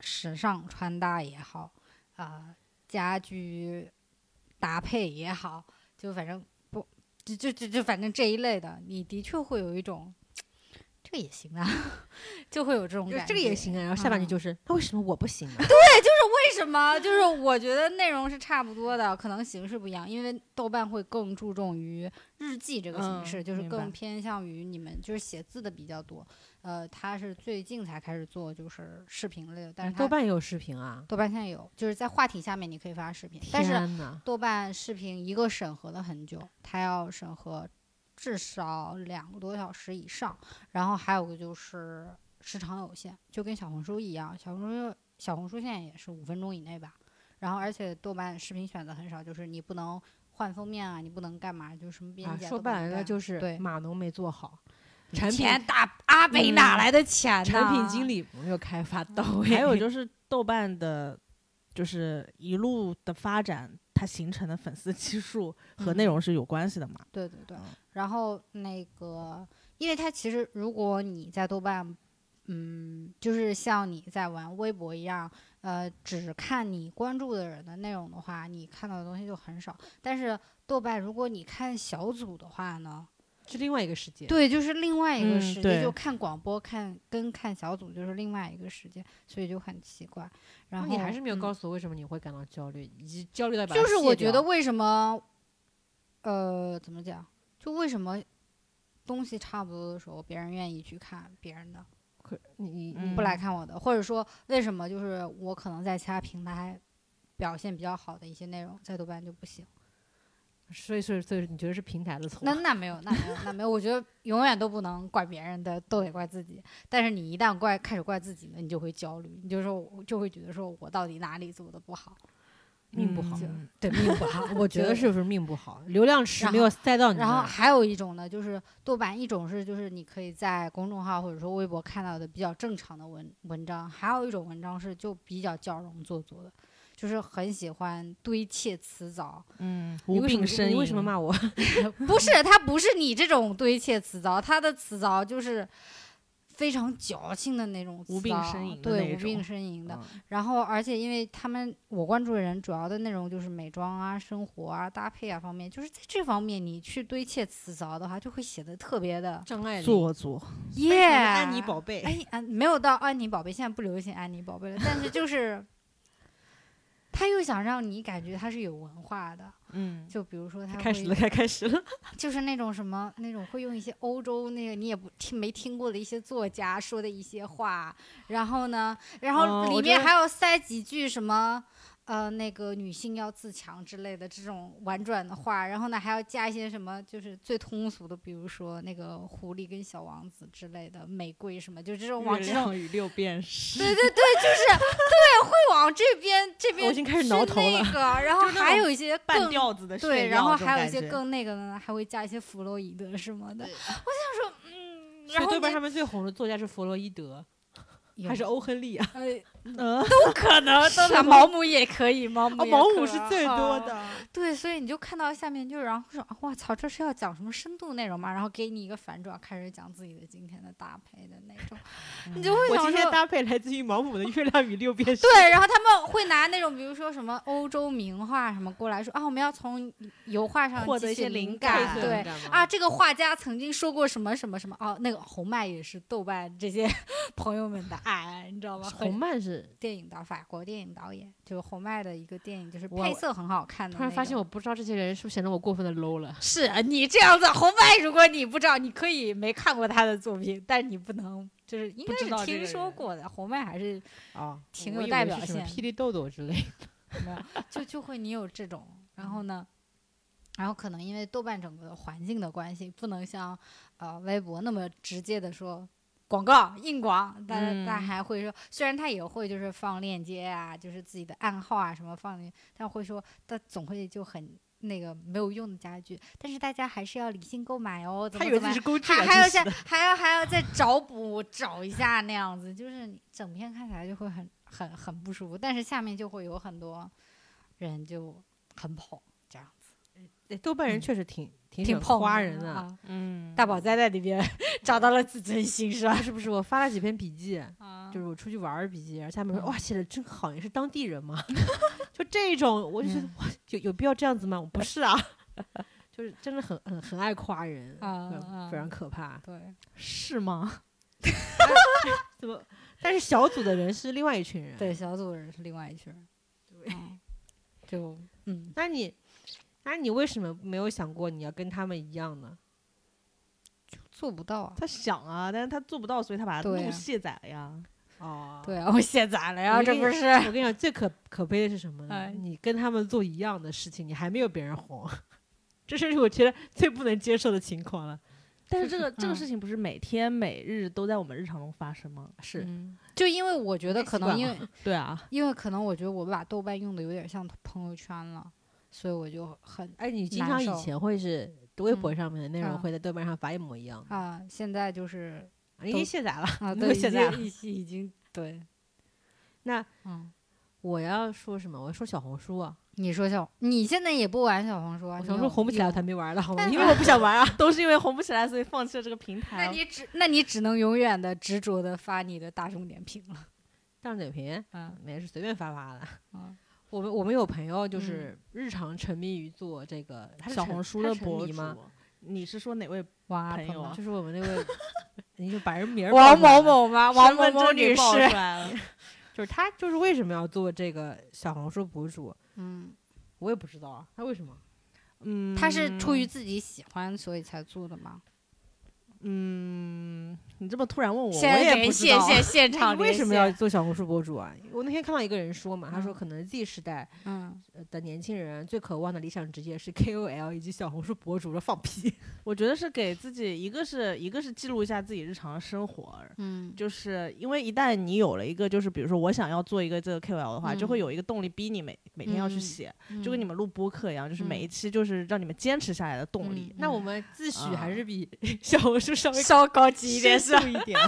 S2: 时尚穿搭也好，啊、家居搭配也好，就反正不，就就就就反正这一类的，你的确会有一种这个也行啊， (laughs) 就会有这种
S1: 就
S2: 感
S1: 这
S2: 觉。
S1: 个也行啊，然后下半句
S2: 嗯
S1: 就是，那、为什么我不行呢？啊
S2: 为什么？就是我觉得内容是差不多的，可能形式不一样，因为豆瓣会更注重于日记这个形
S3: 嗯
S2: 式，就是
S3: 明白
S2: 更偏向于你们就是写字的比较多。呃，他是最近才开始做就是视频类的，但是它
S1: 哎豆瓣也有视频啊，
S2: 豆瓣现在有，就是在话题下面你可以发视频，但是
S1: 天呐，
S2: 豆瓣视频一个审核了很久，它要审核至少两个多小时以上，然后还有个就是时长有限，就跟小红书一样，小红书小红书现在也是五分钟以内吧。然后而且豆瓣视频选择很少，就是你不能换封面啊，你不能干嘛，就是什么编
S1: 啊，
S2: 辑、啊
S1: 说
S2: 都不能
S1: 白了
S2: 干
S1: 就是
S2: 对
S1: 码农没做好，产品
S2: 钱大阿北哪
S1: 嗯
S2: 来的钱呢、
S1: 产品经理没有开发
S2: 嗯
S1: 到位，
S3: 还
S2: (laughs)
S3: 有就是豆瓣的，就是一路的发展，它形成的粉丝基数和
S2: 嗯
S3: 内容是有关系的嘛？
S2: 对对对
S3: 嗯，
S2: 然后那个，因为它其实如果你在豆瓣，嗯，就是像你在玩微博一样，呃，只看你关注的人的内容的话，你看到的东西就很少。但是豆瓣，如果你看小组的话呢，
S1: 是另外一个世界。
S2: 对，就是另外一个
S3: 嗯
S2: 世界，
S3: 对
S2: 就看广播看跟看小组就是另外一个世界，所以就很奇怪。
S1: 那
S2: 然后
S1: 你还是没有
S2: 嗯
S1: 告诉我为什么你会感到焦虑，以及焦虑到把它
S2: 就是我
S1: 卸
S2: 觉
S1: 掉
S2: 得为什么，呃，怎么讲？就为什么东西差不多的时候，别人愿意去看别人的，
S1: 可你你
S3: 嗯
S2: 不来看我的，或者说为什么就是我可能在其他平台表现比较好的一些内容，在豆瓣就不行？
S1: 所以所以所以你觉得是平台的错？
S2: 那那没有，那没有，那没有。我觉得永远都不能怪别人的，都得怪自己。但是你一旦怪开始怪自己呢，你就会焦虑，你就说我就会觉得说我到底哪里做的不好？
S1: 命不好，
S3: 嗯
S1: 对命不好，我觉得
S2: 就是
S1: 不是命不好？流量池没有塞
S3: 嗯
S1: 到你那
S2: 然
S1: 儿，
S2: 后还有一种呢，就是豆瓣，一种是就是你可以在公众号或者说微博看到的比较正常的文文章，还有一种文章是就比较矫容做作的，就是很喜欢堆砌辞藻。
S3: 嗯，
S1: 你
S3: 无
S1: 为什
S3: 病
S1: 么
S3: 呻吟。
S1: 你为什么骂我？
S2: 不是，它不是你这种堆砌辞藻，它的辞藻就是非常矫情的那种辞藻，
S3: 无病呻吟的
S2: 对，
S3: 那
S2: 无病
S3: 种
S2: 呻吟的。
S3: 嗯
S2: 然后，而且因为他们我关注的人主要的内容就是美妆啊、生活啊、搭配啊方面，就是在这方面你去堆砌词藻的话，就会显得特别的
S1: 障碍力，
S3: 嗯做作，
S2: 耶。
S1: 安妮宝贝，
S2: 安妮安没有到安妮宝贝，现在不流行安妮宝贝了，但是就是 (laughs) 他又想让你感觉他是有文化的，
S3: 嗯，
S2: 就比如说他
S1: 开始
S2: 会
S1: 了，开开始了，
S2: 就是那种什么那种会用一些欧洲那个你也不听没听过的一些作家说的一些话，然后呢，然后
S3: 哦
S2: 里
S3: 我
S2: 面
S3: 觉得
S2: 还要塞几句什么。呃，那个女性要自强之类的这种婉转的话，然后呢还要加一些什么，就是最通俗的，比如说那个狐狸跟小王子之类的，玫瑰什么，就这种往这种，
S3: 与六便士，
S2: 对对对，就是对，会往这边这边，
S1: 我已经开始挠头了
S2: 那个，然后
S3: 就那
S2: 还
S3: 种
S2: 有一些
S3: 半
S2: 更
S3: 吊子的炫耀
S2: 对，然后
S3: 这种
S2: 还有一
S3: 感
S2: 些
S3: 觉
S2: 更那个的呢，还会加一些弗洛伊德什么的。我想说，嗯，
S1: 所
S2: 然
S1: 以
S2: 后
S1: 豆瓣
S2: 你
S1: 上面最红的作家是弗洛伊德，
S2: 有
S1: 还是欧亨利啊？
S2: 呃，
S3: 嗯，
S2: 不可能，
S1: 都是
S2: 是啊毛姆也可以，毛姆
S3: 哦，
S2: 也
S3: 毛
S2: 可
S3: 五是最多
S2: 啊
S3: 的，
S2: 对，所以你就看到下面就然后说，哇操，这是要讲什么深度内容吗？然后给你一个反转，开始讲自己的今天的搭配的那种，你就会
S1: (laughs) 我
S2: 想
S1: 今天
S2: 说。
S1: 搭配来自于毛姆的《月亮与六便士》。
S2: 对，然后他们会拿那种，比如说什么欧洲名画什么过来说啊，我们要从油画上
S3: 获得
S2: 汲
S3: 一
S2: 取
S3: 些
S2: 灵
S3: 灵感
S1: 对
S2: 对
S1: 灵感吗
S2: 啊，这个画家曾经说过什么什么什么哦，那个红麦也是豆瓣这些 (laughs) 朋友们的爱，哎你知道吗？很
S1: 红漫是
S2: 电影导法国电影导演，就是红麦的一个电影，就是
S1: 我
S2: 配色很好看的那种。
S1: 突然发现我不知道这些人是不是显得我过分的 low 了？
S2: 是啊你这样子，红麦，如果你不知道，你可以没看过他的作品，但你不能就是应该
S3: 不知道
S2: 是
S3: 这个
S2: 听说
S3: 人
S2: 过的。红麦还是
S1: 哦，
S2: 挺
S1: 我
S2: 有
S1: 以
S2: 代
S1: 为
S2: 表
S1: 是什么
S2: 性
S1: 霹雳豆豆之类的。
S2: 没有，就就会你有这种，然后呢，然后可能因为豆瓣整个的环境的关系，不能像呃微博那么直接的说。广告硬广，但
S3: 嗯
S2: 但还会说，虽然他也会就是放链接啊，就是自己的暗号啊什么放进去，但会说，但总会就很那个没有用的加一句，但是大家还是要理性购买哦。怎
S1: 他
S2: 么
S1: 以为自
S2: 怎么
S1: 己
S2: 样
S1: 是工具人，
S2: 还还要
S1: 其
S3: (laughs)
S2: 再
S1: 实
S2: 还要还要再找补找一下那样子，就是你整篇看起来就会很很很不舒服，但是下面就会有很多人就很捧，这样子
S1: 对哎豆瓣人确实挺嗯挺
S2: 挺
S1: 喜欢
S2: 捧的
S1: 夸人的。
S2: 啊。
S3: 嗯，
S2: 大宝在那
S1: (laughs)
S2: 里边找到了自尊心，是吧？
S1: 是不是？我发了几篇笔记，
S2: 啊
S1: 就是我出去玩儿的笔记，然后下面说
S2: 嗯
S1: 哇写的真好，你是当地人吗？ (laughs) 就这种，我就
S2: 嗯
S1: 觉得哇有有必要这样子吗？我不是啊， (laughs) 就是真的很很很爱夸人，
S2: 啊
S1: 非常
S2: 啊
S1: 非常可怕。
S2: 对，
S3: 哎是吗？
S1: 怎么？但是小组的人是另外一群人。
S2: 对，，小组人是另外一群人，对，就嗯，
S1: 那你那你为什么没有想过你要跟他们一样呢？
S2: 做不到
S3: (laughs)
S2: 啊。
S3: (laughs) 他想啊，但是他做不到，所以他把
S2: 对
S3: 怒
S2: 啊
S3: 卸载了呀。
S1: 哦，
S2: 对啊，我卸载了呀，
S1: 我
S2: 这
S1: 跟
S2: 不
S1: 你
S2: 是
S1: 我跟你讲，最可可悲的是什么呢？
S2: 哎
S1: 你跟他们做一样的事情，你还没有别人红， (laughs) 这是我觉得最不能接受的情况了。
S3: 但 (laughs) 是
S2: 就
S3: 这
S2: 是
S3: 个这
S2: 嗯
S3: 个事情不是每天每日都在我们日常中发生吗？
S1: 是，
S2: 嗯就因为我觉得
S1: 太
S2: 可
S1: 习
S2: 能
S1: 惯
S2: 因
S1: 了
S2: 为
S3: 对啊，
S2: 因为可能我觉得我把豆瓣用的有点像朋友圈了，所以我就很
S1: 哎，你经
S2: 难
S1: 常以
S2: 受
S1: 前会是微博
S2: 嗯
S1: 上面的内容
S2: 嗯
S1: 会在豆瓣上发一模一样的，
S2: 啊、现在就是
S1: 已经
S2: 都
S1: 卸
S2: (laughs)
S1: 载了。
S2: 啊，
S1: 没
S2: 对，
S1: 有
S2: 已
S1: 现
S2: 经
S1: 在了
S2: 已经已经 (laughs) 对，
S1: 那
S2: 嗯，
S1: 我要说什么？我要说小红书啊，
S2: 你说小，你现在也不玩小红书啊？
S1: 我
S2: 你
S1: 小红书
S2: 有
S1: 红不起来，我才
S2: 有
S1: 没
S2: (laughs)
S1: 玩了，好吗？
S2: 但
S1: 因为我不想玩啊。
S3: (laughs) 都是因为红不起来，所以放弃了这个平
S2: 那
S3: 台。哦
S2: 你只那你只能永远的执着的发你的大众点评了，
S1: 大众点评
S2: 啊
S1: 没事，随便发发的。(laughs)
S2: 啊嗯
S1: 我们我们有朋友就是日常沉迷于做这个，他是
S3: 小
S1: 沉
S3: 红书
S1: 他
S3: 的
S1: 是沉
S3: 博
S1: 迷
S3: 主
S1: 吗？，
S3: 你是说哪位
S2: 王阿
S3: 朋
S2: 鹏
S3: 友
S2: 吗
S3: 啊？
S1: 就是我们那位，你就把人名儿
S2: (laughs)
S1: 报
S2: 王
S1: 出来
S2: 某
S1: 了，
S2: 某吗？啊王某某女士，
S3: 士，
S1: 就是他，就是为什么要做这个小红书博主，
S2: 嗯，
S1: 我也不知道啊，他为什么？
S3: 嗯，
S2: 她是出于自己喜欢所以才做的吗？
S3: 嗯，你这么突然问我，我
S2: 现
S3: 也
S2: 连
S3: 不知道
S2: 线现现
S1: (laughs)
S2: 场
S1: 你为
S2: 连
S1: 什么要
S2: 线？
S1: 做小红书博主啊？我那天看到一个人说嘛，他说
S2: 嗯
S1: 可能 Z 时代
S2: 嗯，
S1: 呃的年轻人最渴望的理想职业是 KOL 以及小红书博主的放屁。
S3: 我觉得是给自己，一个是一个是记录一下自己日常生活，
S2: 嗯，
S3: 就是因为一旦你有了一个，就是比如说我想要做一个这个 KOL 的话，
S2: 嗯
S3: 就会有一个动力逼你每每天要去
S2: 嗯
S3: 写，就跟你
S2: 们
S3: 们录播客一样，就是
S2: 嗯
S3: 每一期就是让你们坚持下来的动力。
S1: (laughs) 那我们自诩
S3: 诩还
S1: 还是
S3: 是
S1: 比啊 (laughs) 小红书稍微
S2: 稍高级一
S1: 深
S2: 点是吧
S1: 度一点。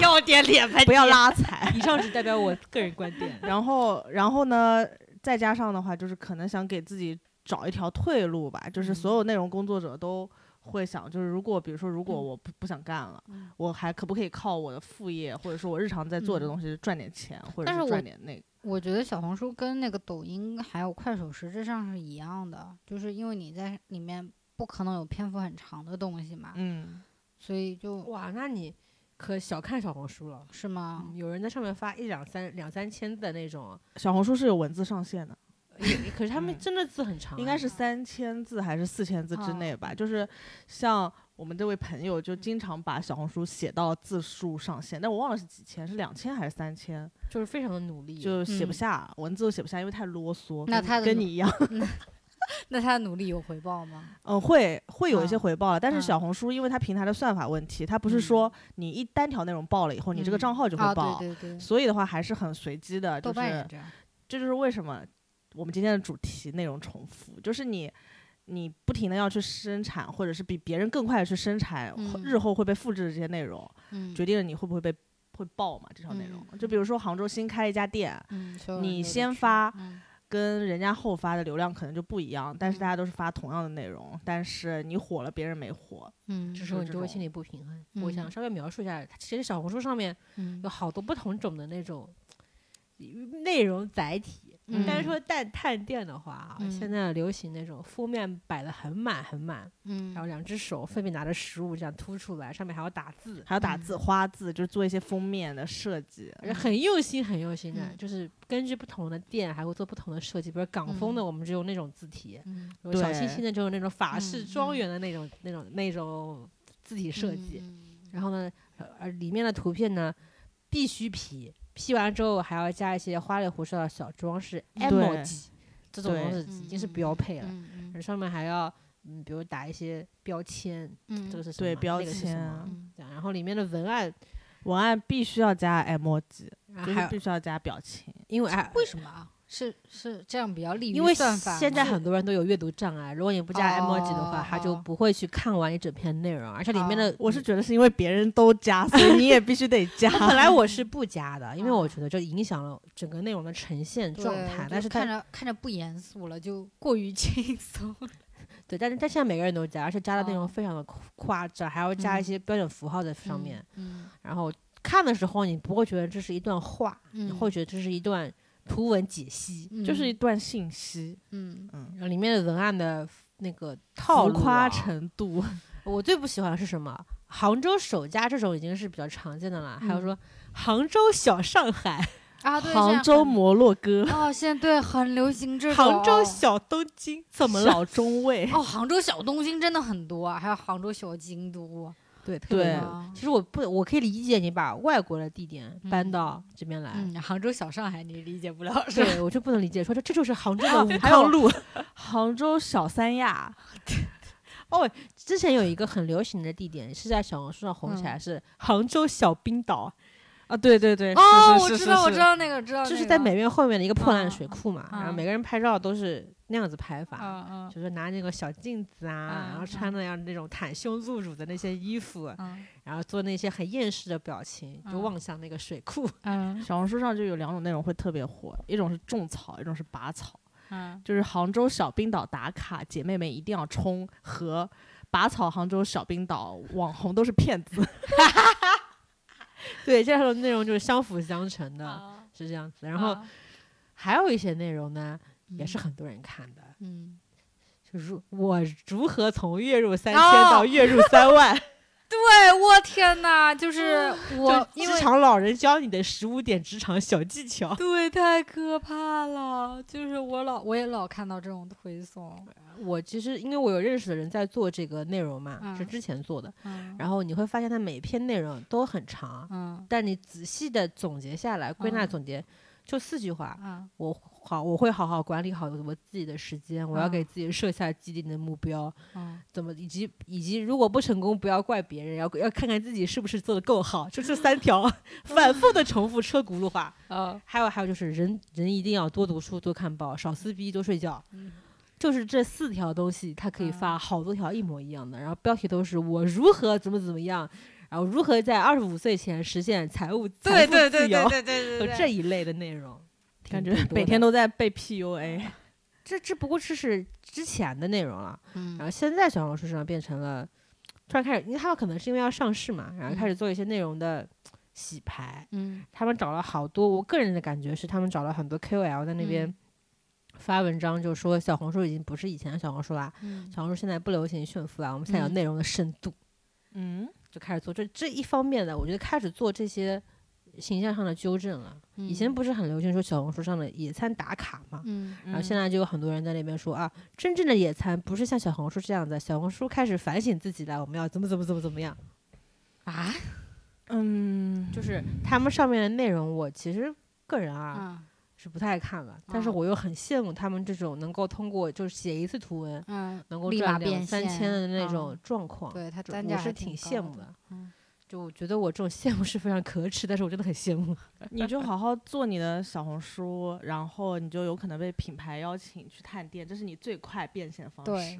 S2: 要点 (laughs) 脸吧，
S3: 不要
S2: 你
S3: 拉踩。
S1: (laughs) 以上只代表我个人观点。
S3: 然后，然后呢，再加上的话，就是可能想给自己找一条退路吧，就是
S2: 嗯
S3: 所有内容工作者都。会想，就是如果比如说，如果
S2: 嗯
S3: 我不不想干了，
S2: 嗯
S3: 我还可不可以靠我的副业，或者说我日常在做
S2: 嗯
S3: 的东西赚点钱，或者
S2: 但是我
S3: 赚点那个？
S2: 我觉得小红书跟那个抖音还有快手实质上是一样的，就是因为你在里面不可能有篇幅很长的东西嘛，
S3: 嗯，
S2: 所以就
S1: (laughs) 哇，那你可小看小红书了。嗯
S2: 是吗？
S1: 有人在上面发一两三两三千字的那种，
S3: 小红书是有文字上限的，
S1: 呃也可是他们
S3: 嗯
S1: 真的字很长啊，
S3: 应该是三千字还是四千字之
S2: 哦
S3: 内吧。就是像我们这位朋友，就经常把小红书写到字数上限，但我忘了是几千，是两千还是三千，
S1: 就是非常的努力，
S3: 就写不
S2: 嗯
S3: 下，文字都写不下，因为太啰嗦。
S2: 那
S3: 跟
S2: 他的
S3: 跟
S2: 努
S3: 你一样，
S2: 那他的努力有回报吗？
S3: 嗯，会会有一些
S2: 啊
S3: 回报了，但
S2: 啊
S3: 是小红书因为它平台的算法问题，它不是说你一单条内容爆了以哦后，你这个
S2: 嗯
S3: 账号就
S2: 啊，
S3: 会爆，
S2: 对对对，
S3: 所以的话还是很随机的，
S2: 豆
S3: 就
S2: 瓣也
S3: 是
S2: 是这样。
S3: 这就是为什么我们今天的主题内容重复，就是你你不停的要去生产，或者是比别人更快的去生产，
S2: 嗯
S3: 日后会被复制的这些内容，
S2: 嗯，
S3: 决定了你会不会被。会爆嘛，这条内容。就比如说杭州新开一家店，
S2: 嗯，所有人
S3: 你
S2: 都得
S3: 先
S2: 吃
S3: 发
S2: 嗯
S3: 跟人家后发的流量可能就不一样，但是大家都是发同样的内容，但是你火了，别人没火。
S2: 嗯，
S1: 这时候你
S3: 这
S1: 就会
S3: 种
S1: 心里不平衡。我
S2: 嗯
S1: 想稍微描述一下，它其实小红书上面
S2: 嗯
S1: 有好多不同种的那种嗯内容载体。
S2: 嗯
S1: 但是说探探店的话啊，
S2: 嗯
S1: 现在流行那种封面摆的很满很满，
S2: 嗯，
S1: 然后两只手分别拿着食物这样凸出来，上面还要打
S2: 嗯
S1: 字，
S3: 还有打字、花字，就是做一些封面的设计。
S1: 而且很用心很用心的，啊
S2: 嗯
S1: 就是根据不同的店还会做不同的设计，比如港风的我们就用那种字体，
S2: 嗯
S1: 比如小
S3: 对
S1: 清新的就用那种法式
S2: 嗯
S1: 庄园的那种、那种那种字体设计。
S2: 嗯
S1: 然后呢，呃呃，里面的图片呢必须 P，P 完之后还要加一些花里胡哨的小装饰
S2: 对
S1: emoji，这种
S3: 对
S1: 东西已经是
S2: 嗯
S1: 标配了。
S2: 嗯
S1: 而上面还要，嗯，比如打一些标签，
S2: 嗯
S1: 这个是什么？
S3: 对标
S1: 那个是什
S3: 签
S1: 么
S2: 嗯
S1: 对然后里面的文案，
S3: 文案必须要加 emoji，
S2: 啊
S1: 然后还
S3: 就是
S1: 有
S3: 必须要加表情。
S1: 因为还
S2: 为什么啊？是是这样比较利于
S1: 哎因为
S2: 算法吗，
S1: 现在很多人都有阅读障碍，如果你不加 emoji 的话，
S2: 哦
S1: 他就不会去看完一整篇内容，而且里面的
S3: 哦我是觉得是因为别人都加，所以你也必须 (laughs) 得加。
S1: 我本来我是不加的，因为
S2: 啊
S1: 我觉得这影响了整个内容的呈现
S2: 对
S1: 状态
S2: 就。
S1: 但是它
S2: 看着看着不严肃了，就过于 (laughs) 轻松。
S1: 对，但是但现在每个人都加，而且加的内容
S2: 哦
S1: 非常的夸夸张，还要加一
S2: 嗯
S1: 些标点符号在上
S2: 嗯
S1: 面。，
S2: 嗯，
S1: 然后看的时候，你不会觉得这是一段话，你
S2: 嗯
S1: 会觉得这是一段图文解析，
S3: 就是一段信息，
S2: 嗯
S3: 嗯，啊
S1: 然后里面的文案的那个套
S3: 浮
S1: 路、啊
S3: 夸。程度，
S1: 我最不喜欢的是什么？杭州首家这种已经是比较常见的了，还有
S2: 嗯
S1: 说杭州小上海、 (laughs)
S2: 啊，对，现在
S3: 杭州
S2: 很
S3: 摩洛哥，
S2: 哦，现在对很流行这种
S1: 杭州小东京，怎么了？
S3: 小中卫，
S2: 哦，杭州小东京真的很多啊，还有杭州小京都，
S1: 对，特别
S3: (laughs) 对
S1: 多
S2: 啊
S1: 其实我不，我可以理解你把外国的地点搬
S2: 嗯
S1: 到这边来，
S2: 嗯，杭州小上海你理解不了是吧？
S1: 对我就不能理解，说这这就是杭州的武
S3: 还
S1: 康
S3: 有
S1: 路。
S3: 路， (laughs) 杭州小三亚，
S1: 之前有一个很流行的地点是在小红书上红起来，
S2: 嗯
S1: 是杭州小冰岛，
S3: 啊，对对对，
S2: 哦，
S3: 是
S2: 我
S3: 是是
S2: 知
S3: 是
S2: 道，我
S3: 是
S2: 知道那个，知道
S1: 就是
S2: 那
S1: 在
S2: 个
S1: 美院后面的一个破烂
S2: 啊
S1: 水库嘛，然后
S2: 啊
S1: 每个人拍照都是那样子拍法。
S2: 嗯嗯
S1: 就是拿那个小镜子啊，然后
S2: 啊
S1: 穿那样那种袒胸露乳的那些衣服，
S2: 嗯
S1: 然后做那些很厌世的表情，就
S2: 嗯
S1: 望向那个水库。 (laughs)
S2: 嗯
S3: 小红书上就有两种内容会特别火，一种是种草，一种是拔草。
S2: 嗯，
S3: 就是杭州小冰岛打卡，姐妹们一定要冲和拔草杭州小冰岛网红都是骗 (laughs) 子。
S1: 对，这样的内容就是相辅相成的，
S2: 啊
S1: 是这样子。然后还有一些内容呢，也是很多人看的，
S2: 嗯，
S1: 就是我如何从月入三千
S2: 哦
S1: 到月入三万，
S2: 对，我天呐，就是我
S1: 就
S2: 因
S1: 职
S2: 为
S1: 场老人教你的十五点职场小技巧。
S2: (laughs) 对太可怕了，就是我老我也老看到这种推送，
S1: (laughs) 我其实因为我有认识的人在做这个内容嘛，
S2: 嗯
S1: 是之前做的，
S2: 嗯
S1: 然后你会发现它每篇内容都很长，
S2: 嗯
S1: 但你仔细的总结下来，归纳
S2: 嗯
S1: 总结就四句话。
S2: 嗯
S1: 我好，我会好好管理好我自己的时间，我要
S2: 嗯
S1: 给自己设下既定的目标，
S2: (laughs) 嗯，
S1: 怎么以及以及如果不成功，不要怪别人，要要看看自己是不是做的够好，就这三条 (laughs) 反复的重复车轱辘话。
S2: 哦，
S1: 还有还有就是人人一定要多读书、多看报、少撕逼、多睡觉，
S2: (laughs) 嗯
S1: 就是这四条东西，它可以发好多条一模一样的，然后标题都是我如何怎么怎么样，然后如何在二十五岁前实现财务财
S2: 对
S1: 富
S2: 对
S1: 自
S2: 对
S1: 由
S2: 对对 (laughs) 对
S1: 有
S2: 对，
S1: 这一类的内容，
S3: 感觉
S1: 挺多
S3: 每
S1: 的
S3: 天都在被 PUA，
S1: 这这不过这是之前的内容了。
S2: 嗯
S1: 然后现在小红书上变成了，突然开始，因为他们可能是因为要上市嘛，然后开始做一些内容的洗牌。
S2: 嗯
S1: 他们找了好多，我个人的感觉是，他们找了很多 KOL 在那边
S2: 嗯
S1: 发文章，就说小红书已经不是以前的小红书啦，
S2: 嗯
S1: 小红书现在不流行炫富啊，我们现在有
S2: 嗯
S1: 内容的深度，
S3: 嗯，
S1: 就开始做这这一方面的，我觉得开始做这些形象上的纠正了。以前不是很流行说小红书上的野餐打卡嘛，
S2: 嗯
S1: 然后现在就有很多人在那边说啊，真正的野餐不是像小红书这样的，小红书开始反省自己了，我们要怎么怎么怎么怎么样，
S2: 啊
S3: 嗯，
S1: (laughs) 就是他们上面的内容，我其实个人啊、
S2: 嗯
S1: 是不太看了，但是
S2: 嗯
S1: 我又很羡慕他们这种能够通过就是写一次图文
S2: 嗯，
S1: 能够
S2: 立
S1: 赚
S2: 马
S1: 两
S2: 变
S1: 三千的那种
S2: 嗯
S1: 状况，
S2: 对它
S1: 就
S2: 单
S1: 我
S2: 价
S1: 是
S2: 还
S1: 挺
S2: 挺
S1: 羡
S2: 高
S1: 慕
S2: 的
S1: 的，啊
S2: 嗯
S1: 就我觉得我这种羡慕是非常可耻，但是我真的很羡慕。 (laughs)
S3: 你就好好做你的小红书，然后你就有可能被品牌邀请去探店，这是你最快变现方式
S2: 对。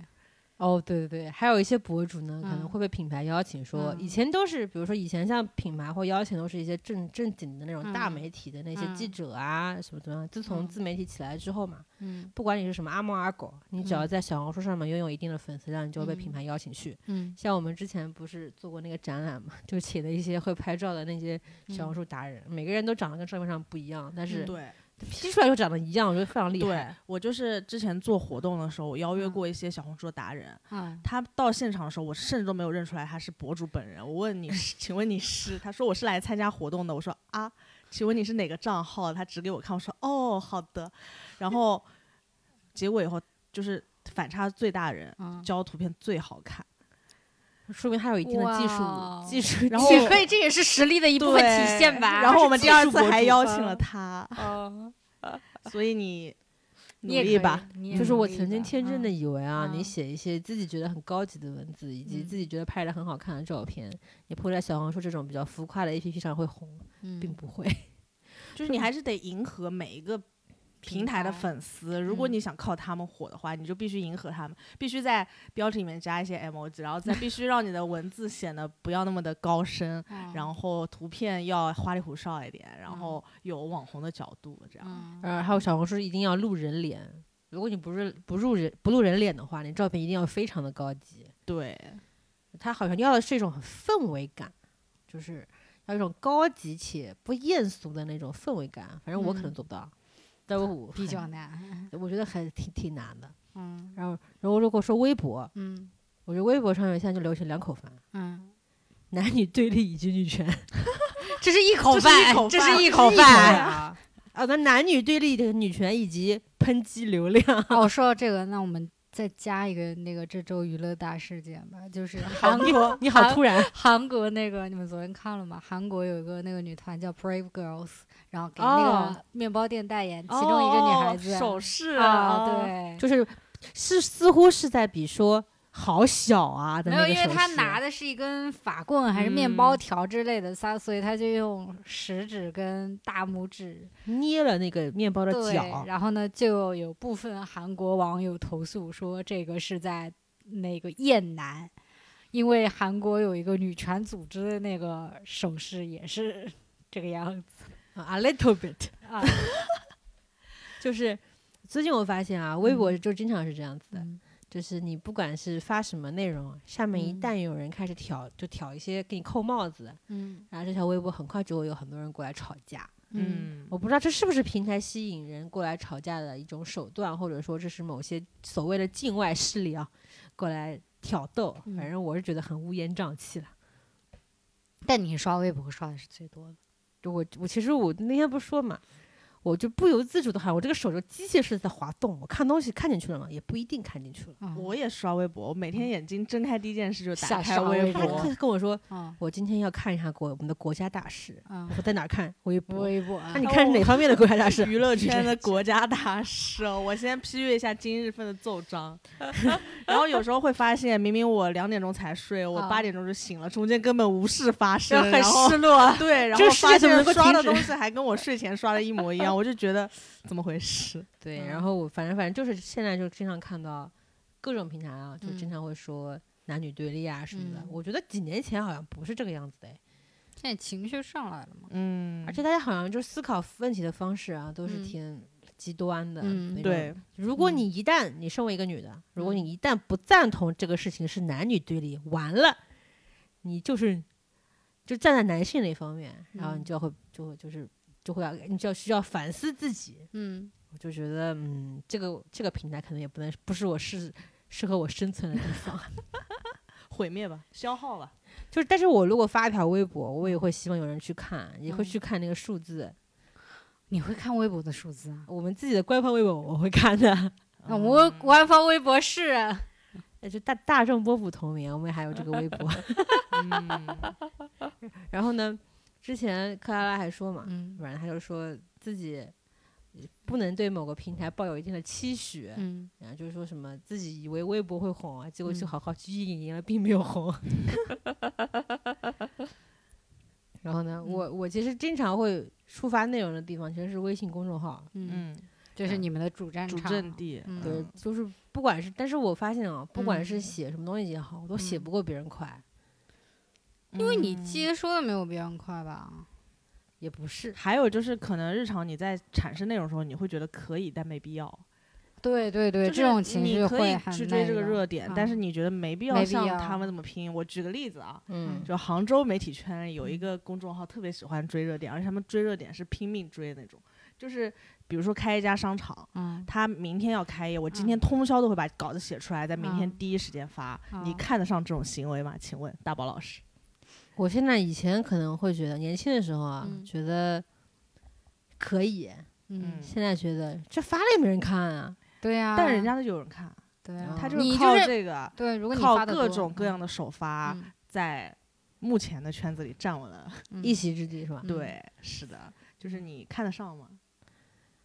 S1: 哦，对对对，还有一些博主呢，可能
S2: 嗯
S1: 会被品牌邀请说，
S2: 嗯
S1: 以前都是，比如说以前像品牌或邀请都是一些正正经的那种大
S2: 嗯
S1: 媒体的那些
S2: 嗯
S1: 记者啊，什么怎么样。自从
S2: 嗯
S1: 自媒体起来之后嘛，
S2: 嗯
S1: 不管你是什么阿猫阿狗，你只要
S2: 嗯
S1: 在小红书上面拥有一定的粉丝量，你就会被品
S2: 嗯
S1: 牌邀请去。
S2: 嗯
S1: 像我们之前不是做过那个展览嘛，就请了一些会拍照的那些小红
S2: 嗯
S1: 书达人，每个人都长得跟社会上不一样，但是
S2: 嗯
S3: 对
S1: P 出来就长得一样，我觉得非常厉
S3: 对
S1: 害。，
S3: 我就是之前做活动的时候，我邀约
S2: 嗯
S3: 过一些小红书的达人，
S2: 嗯
S3: 他到现场的时候，我甚至都没有认出来他是博主本人。我问你是，请问你是？他说我是来参加活动的。我说啊，请问你是哪个账号？他指给我看，我说哦，好的。然后结果以后就是反差最大的人，
S2: 嗯，
S3: 交图片最好看。
S1: 说明他有一定的技术
S2: 哇哦
S1: 技术。
S3: 然后
S2: 也可以，这也是实力的一部分体
S3: 对
S2: 现 (laughs) 吧。
S3: 然后我们
S1: 技
S3: 第二
S1: 术
S3: 次
S1: 博
S3: 还
S1: 主
S3: 邀请
S1: 嗯
S3: 了他，
S2: 哦，
S3: 所以你努
S2: 你也
S3: 力
S2: 可以
S3: 吧。，
S2: 你也
S1: 就是我
S2: 可以
S1: 曾经天真的
S2: 嗯
S1: 以为啊，
S2: 嗯
S1: 你写一些自己觉得很高级的文字，以及
S2: 嗯
S1: 自己觉得拍的很好看的照片，你铺在小红书这种比较浮夸的 APP 上会红，并
S2: 嗯
S1: 不会。 (laughs)
S3: 就是你还是得迎合每一个平台的嗯粉丝。如果你想靠他们火的话，你就必须迎合他们，必须在标题里面加一些 emoji，然后再必须让你的文字显得不要那么的高深，
S2: 嗯
S3: 然后图片要花里胡哨一点，然后有网红的角度，这样。
S2: 嗯
S1: 呃，还有小红书一定要露人脸，如果你不是不入人不露人脸的话，你照片一定要非常的高级。
S3: 对，
S1: 它好像要的是一种很氛围感，就是要一种高级且不艳俗的那种氛围感。啊反正我可能
S2: 嗯
S1: 做不到，但我
S2: (laughs) 比较
S1: 很，
S2: 难，
S1: 我觉得还挺挺难的。
S2: 嗯
S1: 然后，然后如果说微博，
S2: 嗯
S1: 我觉得微博上面现在就流行两口饭，
S2: 嗯，
S1: 男女对立以及女权。
S2: 这是 (laughs) 一口
S3: 这是一
S2: 饭，
S3: 口
S2: 这
S3: 饭
S2: 一
S1: 这
S2: 口
S1: 是一口
S3: (laughs)
S1: 饭
S2: 饭。
S1: 啊，那男女对立的女权以及抨击流量，
S2: 哦，说到这个，那我们再加一个那个这周娱乐大事件吧，就是 (laughs) 韩
S1: 你
S2: 国，
S1: 你好
S2: 韩
S1: 突然，
S2: 韩国那个，你们昨天看了吗？韩国有一个那个女团叫 Brave Girls，然后给那
S1: 哦
S2: 个面包店代言，其中一个女孩子
S3: 哦手势
S2: 啊，，对，
S1: 就是是似乎是在比说好小啊的
S2: 没
S1: 那个
S2: 有，因为
S1: 手
S2: 她
S1: 势
S2: 拿的是一根法棍还是面包条之类的，她、所以她就用食指跟大拇指
S1: 捏了那个面包的
S2: 对
S1: 角，，
S2: 然后呢，就有部分韩国网友投诉说这个是在那个厌男，因为韩国有一个女权组织的那个手势也是 (laughs) 这个样子
S1: 啊，a little bit，
S2: 啊，
S1: (laughs) 就是最近我发现啊，微博
S2: 嗯
S1: 就经常是这样子的，
S2: 嗯
S1: 就是你不管是发什么内容，下面一
S2: 嗯
S1: 旦有人开始挑，就挑一些给你扣帽子，
S2: 嗯
S1: 然后这条微博很快就会有很多人过来吵架。
S2: 嗯
S3: 嗯，
S1: 我不知道这是不是平台吸引人过来吵架的一种手段，或者说这是某些所谓的境外势力啊过来挑逗。
S2: 嗯
S1: 反正我是觉得很乌烟瘴气了。
S2: 但你刷微博刷的是最多的，
S1: 就我我其实我那天不是说嘛，我就不由自主的喊，我这个手就机械式的在滑动。我看东西看进去了吗？也不一定看进去了。
S2: 嗯、
S3: 我也刷微博，我每天眼睛睁开第一件事就打
S2: 下
S3: 开
S2: 刷微
S1: 他
S2: 博
S3: 博
S1: 跟跟我说，
S2: 嗯
S1: 我今天要看一下国我们的国家大事。
S2: 嗯
S1: 我，在哪儿看微博？
S2: 微博
S1: 那、你看是哪方面的国家大事？
S3: (laughs) 娱乐
S1: (laughs)
S3: 圈的国家大事哦。我先批阅一下今日份的奏
S1: (laughs)
S3: 章，然后有时候会发现，明明我两点钟才睡，我
S2: 啊
S3: 八点钟就醒了，中间根本无事发
S1: 就
S3: 生，
S1: 很
S3: 然后
S1: 失
S2: 啊
S1: 落。
S3: (laughs) 对，然
S1: 这
S3: 后
S1: 个世界
S3: 发
S1: 怎么能
S3: 现
S1: 够
S3: 刷的
S1: 停止
S3: 东西还跟我睡前刷的一模一样，我就觉得怎么回事？
S1: (laughs) 对，
S2: 嗯
S1: 然后我反正反正就是现在就经常看到各种平台啊，就
S2: 嗯
S1: 经常会说男女对立啊什么的。
S2: 嗯
S1: 我觉得几年前好像不是这个样子的诶，
S2: (laughs) 现在情绪上来了嘛，
S3: 嗯
S1: 而且大家好像就思考问题的方式啊，都是
S2: 嗯
S1: 挺极端的。
S2: 嗯
S1: 那种
S3: 对，，
S1: 如果
S2: 嗯
S1: 你一旦你身为一个女的，如果你一旦不赞同这个事情是男女对立，完了，你就是就站在男性那方面，然后你
S2: 嗯
S1: 就会就会就是就会要你就要需要反思自己，
S2: 嗯，
S1: 我就觉得，嗯，这个这个平台可能也不能不是我适适合我生存的地方。 (laughs)
S3: 毁灭吧，消耗吧，
S1: 就是，但是我如果发一条微博，我也会希望有人去看，也会
S2: 嗯
S1: 去看那个数字。
S2: 你会看微博的数字啊？
S1: 我们自己的官方微博我会看的，
S2: 那啊我官方微博是
S1: 那就大大众波普同名，我们还有这个微博。
S3: 嗯
S1: (laughs) 然后呢，之前克拉拉还说嘛，
S2: 嗯
S1: 反正他就说自己。不能对某个平台抱有一定的期许，
S2: 嗯
S1: 然后就是说什么自己以为微博会红啊，结果就
S2: 嗯
S1: 好好去运营了，并没有红。 (laughs)
S2: 嗯
S1: 然后呢，我我其实经常会触发内容的地方，其实是微信公众号。
S2: 嗯
S3: 嗯
S2: 这是你们的主战
S3: 主
S2: 场，
S3: 阵地。
S2: 嗯
S1: 对，就是不管是，但是我发现啊，不管
S2: 嗯
S1: 是写什么东西也好，我都写
S2: 嗯
S1: 不过别人快，
S2: 因为你
S3: 嗯
S2: 接收的没有别人快吧？
S1: 也不是。
S3: 嗯还有就是，可能日常你在产生内容的时候，你会觉得可以，但没必要。
S2: 对对对，
S3: 就是
S2: 这种情绪
S3: 你可
S2: 会
S3: 以
S2: 很
S3: 去
S2: 那
S3: 追这个热点，但
S2: 嗯
S3: 是你觉得没必
S2: 没
S3: 要
S2: 必
S3: 像
S2: 要
S3: 他们那么拼。我举个例子啊，
S1: 嗯，
S3: 就杭州媒体圈里有
S2: 嗯
S3: 一个公众号特别喜欢追热点，而且他们追热点是拼命追的那种，就是比如说开一家商场。
S2: 嗯，
S3: 他明天要开业，我今天通宵都会把稿子写出来，在明天
S2: 嗯
S3: 第一时间发。你
S2: 嗯
S3: 看得上这种行为吗？请问大宝老师，
S1: 我现在以前可能会觉得，年轻的时候啊，
S2: 嗯
S1: 觉得可以，
S2: 嗯，
S1: 现在觉得这发了也没人看啊。
S2: 对呀、
S3: 但人家都有人看，
S2: 对啊、
S3: 他
S1: 他
S3: 就
S2: 你
S3: 是
S2: 就
S3: 靠
S2: 是
S3: 这个，
S2: 对，如果你
S3: 靠
S2: 发得
S3: 各
S2: 多
S3: 种各样
S2: 嗯
S3: 的首发，
S2: 嗯
S3: 在目前的圈子里站稳了。
S2: 嗯
S1: 一席之地是吧？
S3: 对，是的，就是你看得上吗？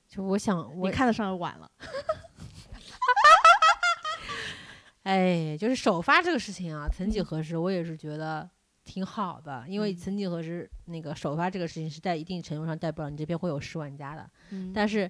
S1: 就我想，我
S3: 你看得上晚了，
S1: 哎，就是首发这个事情啊，曾几何时我也是觉得挺好的，因为
S2: 嗯
S1: 曾几何时那个首发这个事情是在一定程度上代表了你这边会有十万加的，
S2: 嗯
S1: 但是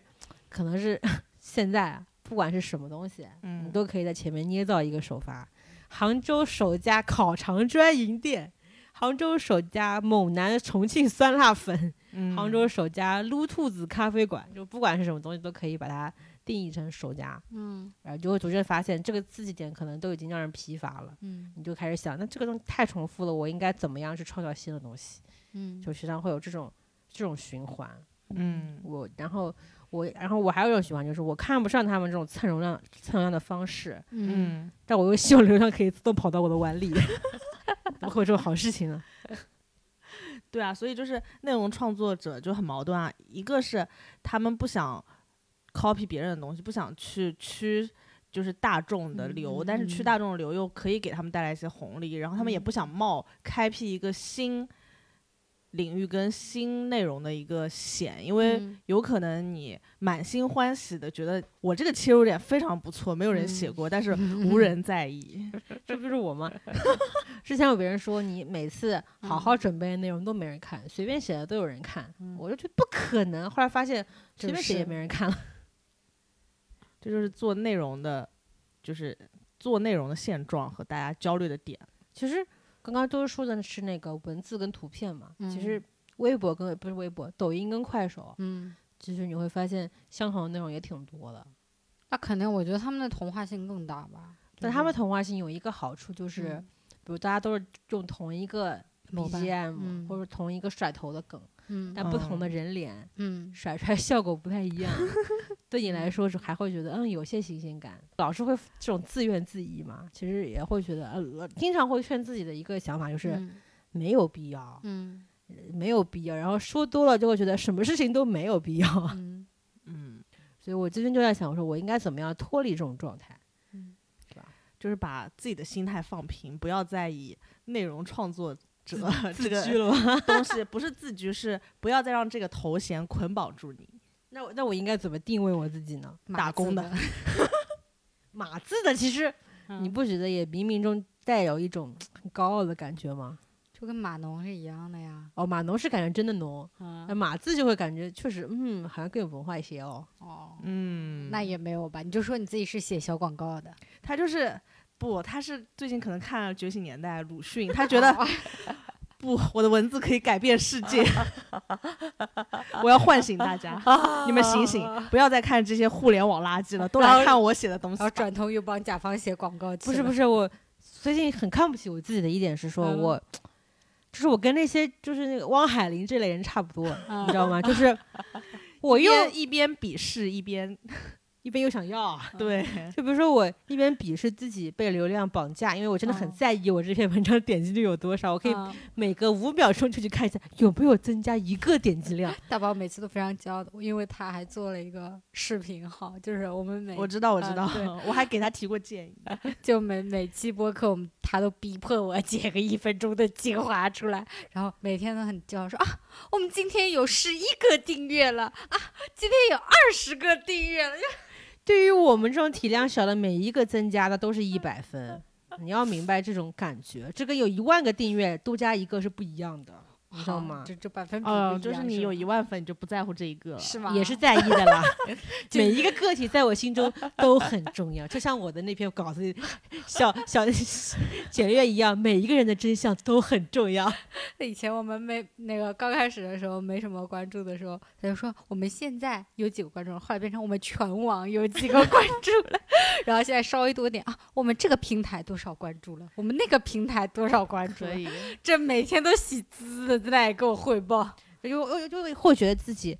S1: 可能是 (laughs) 现在啊，不管是什么东西，你
S3: 嗯，
S1: 都可以在前面捏造一个首发。杭州首家烤肠专营店，杭州首家猛男重庆酸辣粉，
S3: 嗯
S1: 杭州首家撸兔子咖啡馆，就不管是什么东西都可以把它定义成首家，
S2: 嗯
S1: 然后就会逐渐发现这个刺激点可能都已经让人疲乏了。
S2: 嗯
S1: 你就开始想，那这个东西太重复了，我应该怎么样去创造新的东西？
S2: 嗯，
S1: 就实际上会有这种这种循环。
S3: 嗯
S1: 我然后我然后我还有一种循环，就是我看不上他们这种蹭流量蹭流量的方式，
S2: 嗯
S3: 嗯，
S1: 但我又希望流量可以自动跑到我的碗里。 (laughs) 怎么会有这种好事情啊呢？
S3: 对啊，所以就是内容创作者就很矛盾啊，一个是他们不想 copy 别人的东西，不想去趋。就是大众的流，
S2: 嗯
S3: 但是
S2: 嗯
S3: 去大众的流又可以给他们带来一些红利，然后他们也
S2: 嗯
S3: 不想冒开辟一个新领域跟新内容的一个险，因为
S2: 嗯
S3: 有可能你满心欢喜的觉得我这个切入点非常不错，没有人
S1: 嗯
S3: 写
S1: (laughs)
S3: 过，但是无人在意。 (laughs)
S1: 这不就是我吗？ (laughs) 之前有别人说你每次好好准备的内容都没人看，随便写的都有人看，我就觉得不可能。后来发现随便写也没人看了。 (laughs)
S3: 这就是做内容的，就是做内容的现状和大家焦虑的点。
S1: 其实刚刚都说的是那个文字跟图片嘛，
S2: 嗯
S1: 其实微博跟不是微博，抖音跟快手，
S2: 嗯，
S1: 其实你会发现相同的内容也挺多的。
S2: 那肯定，我觉得他们的同化性更大吧。
S1: 但他们同化性有一个好处就是，
S2: 嗯
S1: 比如大家都是用同一个
S2: 模板
S1: BGM、
S2: 嗯
S1: 或者同一个甩头的梗，
S2: 嗯
S1: 但不同的人脸
S2: 嗯
S1: 甩出来效果不太一
S2: (laughs)
S1: 样。对你来说是还会觉得嗯有些新鲜感，老是会这种自怨自艾嘛，其实也会觉得呃，经常会劝自己的一个想法就是
S2: 嗯
S1: 没有必要，
S2: 嗯
S1: 没有必要，然后说多了就会觉得什么事情都没有必要，
S2: 嗯
S3: 嗯，
S1: (laughs) 所以我最近就在想，我说我应该怎么样脱离这种状态。
S3: 就是把自己的心态放平，不要在意内容创作者 (laughs) 这
S1: 自居
S3: 个
S1: 了吗？ (laughs)
S3: 东西，不是自居，是不要再让这个头衔捆绑住你。
S1: 那我那我应该怎么定位我自己呢？
S2: 码
S3: 打
S2: 字
S3: 工的
S2: 的，
S1: 码字的，其实、 (laughs)
S2: 嗯
S1: 你不觉得也冥冥中带有一种很高傲的感觉吗？
S2: 就跟码农是一样的呀。
S1: 哦，码农是感觉真的浓，
S2: 嗯
S1: 那码字就会感觉确实，嗯，好像更有文化一些哦。
S2: 哦，
S3: 嗯
S2: 那也没有吧？你就说你自己是写小广告的，
S3: 他就是不，他是最近可能看了《觉醒年代》鲁迅，他觉得不，我的文字可以改变世界， (laughs) 我要唤醒大家，你们醒醒，不要再看这些互联网垃圾了，都
S2: 然后
S3: 来看我写的东西
S2: 然后
S3: 吧。
S2: 转头又帮甲方写广告去
S1: 不
S2: 了。
S1: 是不
S2: 是，
S1: 是，我最近很看不起我自己的一点是说
S2: 嗯
S1: 我，就是我跟那些就是那个汪海林这类人差不多，
S2: 嗯
S1: 你知道吗？ (laughs) 就是我
S3: 一
S1: 又
S3: 边一边鄙视一边
S1: 一边又想要，啊
S3: 对，
S1: 就比如说我一边鄙视自己被流量绑架，因为我真的很
S2: 嗯
S1: 在意我这篇文章点击率有多少，我可以
S2: 嗯
S1: 每隔五秒钟就去看一下有没有增加一个点击量。
S2: 大宝每次都非常骄傲的，因为他还做了一个视频号，就是我们每
S3: 我知道，我知
S2: 嗯
S3: 道，
S2: 对
S3: 我还给他提过建议。
S2: 就每每期播客，我们他都逼迫我 (laughs) 剪个一分钟的精华出来，然后每天都很骄傲说啊，我们今天有十一个订阅了啊，今天有二十个订阅了，
S1: 对于我们这种体量小的，每一个增加的都是一百分。你要明白这种感觉，这跟有一万个订阅多加一个是不一样的。你知道吗？
S2: 就就百分嗯比
S3: 哦，
S2: 不
S3: 就是
S2: 样
S3: 你有
S2: 吗
S3: 一万粉，你就不在乎这一个了。
S2: 是吗？
S1: 也是在意的
S2: (laughs)
S1: 啦。每一个个体在我心中都很重要，就像我的那篇稿子小小简略一样，每一个人的真相都很重
S2: (laughs)
S1: 要。
S2: 以前我们没那个刚开始的时候没什么关注的时候，他就说我们现在有几个关注了，后来变成我们全网有几个关注了， (laughs) 然后现在稍微多点啊，我们这个平台多少关注了，我们那个平台多少关注
S3: 可
S2: 了，
S3: 以，
S2: 这每天都喜滋的在那里给我汇报，
S1: 就就就会觉得自己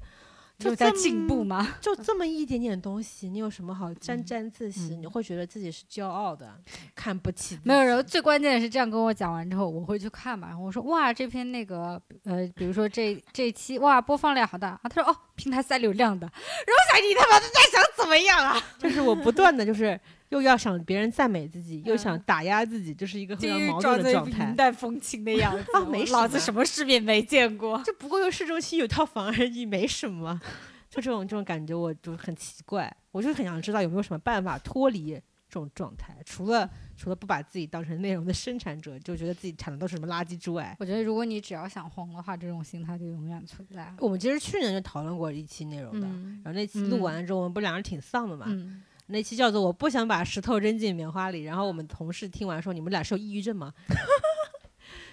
S2: 有
S1: 就
S2: 在
S1: 这么
S2: 进步吗？ (laughs)
S1: 就这么一点点东西，你有什么好沾沾自喜？
S2: 嗯
S1: 你会觉得自己是骄傲的，看不起自己。
S2: 没有，然后最关键的是这样跟我讲完之后，我会去看嘛。然后我说哇，这篇那个呃，比如说这这期哇播放量好大啊，他说哦平台塞流量的， (laughs) 然后我想你他妈在想怎么样啊？
S1: 就是我不断的就是又要想别人赞美自己，又
S2: 嗯
S1: 想打压自己，这是一个非
S2: 就
S1: 常
S2: 是
S1: 矛
S2: 装
S1: 盾的
S2: 作
S1: 状
S2: 云
S1: 态。，
S2: 淡风轻的 (laughs) 样子
S1: 啊没
S2: 我
S1: 什
S2: 老子
S1: 么
S2: 什么世面没见过。
S1: 这不过就市中心有套房而已，没什么。就这种这种感觉，我就很奇怪，我就很想知道有没有什么办法脱离这种状态，除了除了不把自己当成内容的生产者，就觉得自己产的都是什么垃圾之外。
S2: (laughs) 我觉得如果你只要想红的话，这种心态就永远存在。
S1: 我们其实去年就讨论过一期内容的，
S2: 嗯
S1: 然后那期录
S2: 嗯
S1: 完了之后，我们不两人挺丧的嘛，
S2: 嗯，
S1: 那期叫做“我不想把石头扔进棉花里”，然后我们同事听完说：“你们俩是有抑郁症吗
S3: (laughs)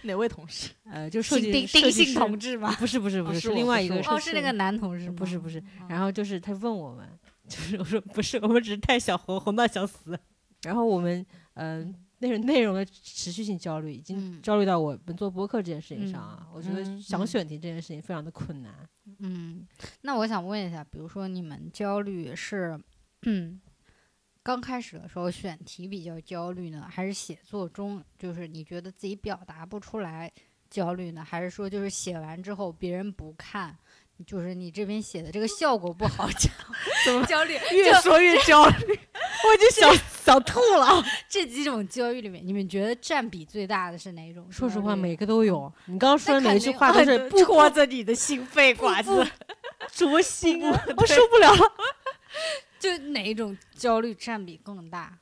S3: 哪位同事？？”
S1: 呃，就设
S2: 丁
S1: 计
S2: 丁
S1: 设
S2: 丁
S1: 计
S2: 信
S1: 师
S2: 同志吗？
S1: 不是不是不
S3: 哦
S1: 是，
S3: 是
S1: 是
S3: 我
S1: 另
S3: 不
S1: 外
S3: 是
S1: 一个
S3: 我
S2: 哦，是那个男同志吗，
S1: 不是不是
S2: 哦，
S1: 然后就是他问我们， (laughs) 就是我说不是，我们只是太想红，红到想死。然后我们嗯、呃，那种内容的持续性焦虑已经
S2: 嗯
S1: 焦虑到我们做播客这件事情上啊。我觉得
S3: 嗯
S1: 想
S2: 嗯
S1: 选题这件事情非常的困难。
S2: 嗯，那我想问一下，比如说你们焦虑是， (clears throat) 嗯，刚开始的时候选题比较焦虑呢，还是写作中就是你觉得自己表达不出来焦虑呢，还是说就是写完之后别人不看，就是你这边写的这个效果不好 (laughs) 焦焦虑？
S1: 越
S2: 就
S1: 说越焦虑，我就想想吐了。
S2: 这几种焦虑里面，你们觉得占比最大的是哪种焦虑？
S1: 说实话，每个都有。你刚刚说的
S2: 那
S1: 每一
S2: 肯
S1: 句
S2: 定
S3: 哦
S1: 话都
S2: 很
S1: 是
S3: (laughs)
S1: 不
S2: 多戳着你的心肺管子。
S1: 灼心啊，我受不了了。
S2: 就哪一种焦虑占比更大？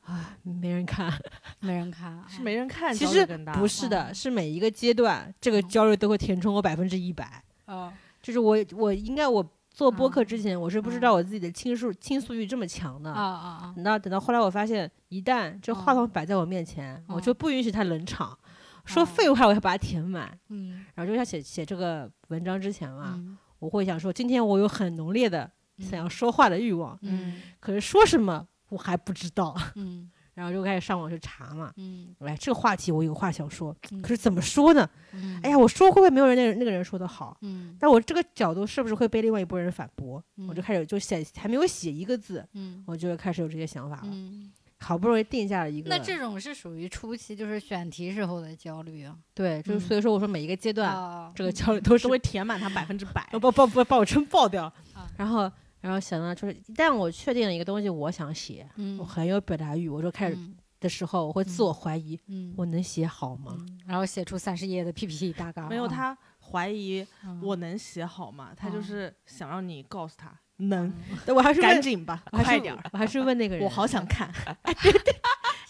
S1: 啊，没人看，
S2: 没人看啊，
S3: 是没人看，
S1: 其
S3: 焦
S1: 实
S3: 虑更大
S1: 不是的，
S2: 嗯
S1: 是每一个阶段这个焦虑都会填充我百分之一百。
S2: 哦，
S1: 就是我我应该我做播客
S2: 嗯
S1: 之前，我是不知
S2: 嗯
S1: 道我自己的倾诉倾诉欲这么强的。
S2: 啊啊啊！
S1: 那等到后来我发现，一旦这话筒摆在我面前，我就
S2: 嗯
S1: 不允许它冷场，说
S2: 哦
S1: 废话我要把它填满。
S2: 嗯
S1: 然后就像写写这个文章之前嘛，
S2: 嗯
S1: 我会想说，今天我有很浓烈的想要说话的欲望，
S2: 嗯
S1: 可是说什么我还不知道，
S2: 嗯
S1: 然后就开始上网去查嘛。
S2: 嗯
S1: 来，这个话题我有话想说，
S2: 嗯
S1: 可是怎么说呢？
S2: 嗯，
S1: 哎呀，我说会不会没有人那那个人说的好？
S2: 嗯，
S1: 但我这个角度是不是会被另外一拨人反驳？
S2: 嗯，
S1: 我就开始就写，还没有写一个字，
S2: 嗯
S1: 我就开始有这些想法了。
S2: 嗯，
S1: 好不容易定下了一个，
S2: 那这种是属于初期，就是选题时候的焦虑啊。
S1: 对，就是
S2: 嗯
S1: 所以说我说每一个阶段、
S2: 啊
S1: 这个焦虑都是
S3: 哦都会填满它百分之百。
S1: 要把把把把我撑爆掉。
S2: 啊
S1: 然后然后想到就是，一旦我确定了一个东西，我想写，
S2: 嗯，
S1: 我很有表达欲，我就开始
S2: 嗯
S1: 的时候，我会自我怀疑，
S2: 嗯
S1: 我能写好吗？
S2: 嗯然后写出三十页的 PPT 大
S1: (laughs)
S2: 纲啊。
S3: 没有，他怀疑
S2: 嗯
S3: 我能写好吗？他就
S2: 嗯
S3: 是想让你告诉他能，
S1: 我还是
S3: 赶
S1: 问，
S3: 紧吧，
S1: 我还
S3: 快
S1: 是
S3: 点儿。
S1: 我还是问那个人，
S3: 我好想看，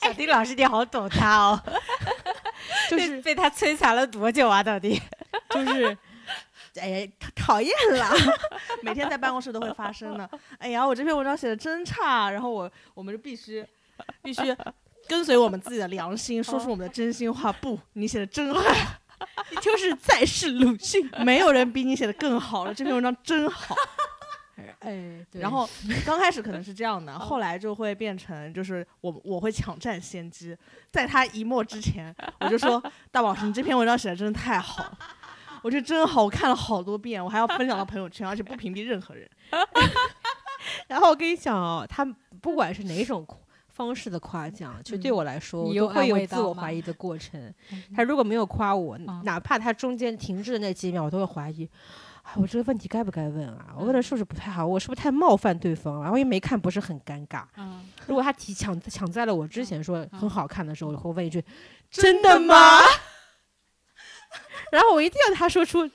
S2: 小丁老师，你好懂他
S3: (laughs)
S2: 哦，
S1: 就是
S2: 被他摧残了多久啊？到底？
S1: 就是，哎呀，讨讨厌了。
S3: 每天在办公室都会发生的。哎呀，我这篇文章写的真差，然后我我们就必须必须跟随我们自己的良心，说出我们的真心话。不，你写的真好，
S1: 你就是在世鲁迅。
S3: 没有人比你写的更好了。这篇文章真好。
S1: 哎，对
S3: 然后刚开始可能是这样的，后来就会变成就是我我会抢占先机，在他一墨之前，我就说大宝老师，你这篇文章写的真的太好了，我觉得真好，我看了好多遍，我还要分享到朋友圈，而且不屏蔽任何人。
S1: 然后我跟你讲哦，他不管是哪种夸方式的夸奖，就对
S2: 嗯
S1: 我来说，我
S2: 你
S1: 都
S2: 有安
S1: 会有
S2: 慰
S1: 自
S2: 到
S1: 我
S2: 吗
S1: 怀疑的过程。他如果没有夸我，
S2: 嗯
S1: 哪怕他中间停滞的那几秒，我都会怀疑。哎，我这个问题该不该问啊？
S2: 嗯
S1: 我问的是不是不太好？我是不是太冒犯对方了？万一没看，不是很尴尬？
S2: 嗯，
S1: 如果他提抢抢在了我之前说
S2: 嗯
S1: 很好看的时候，我会问一句：“
S3: 真
S1: 的
S3: 的吗？”
S1: 然后我一定要他说出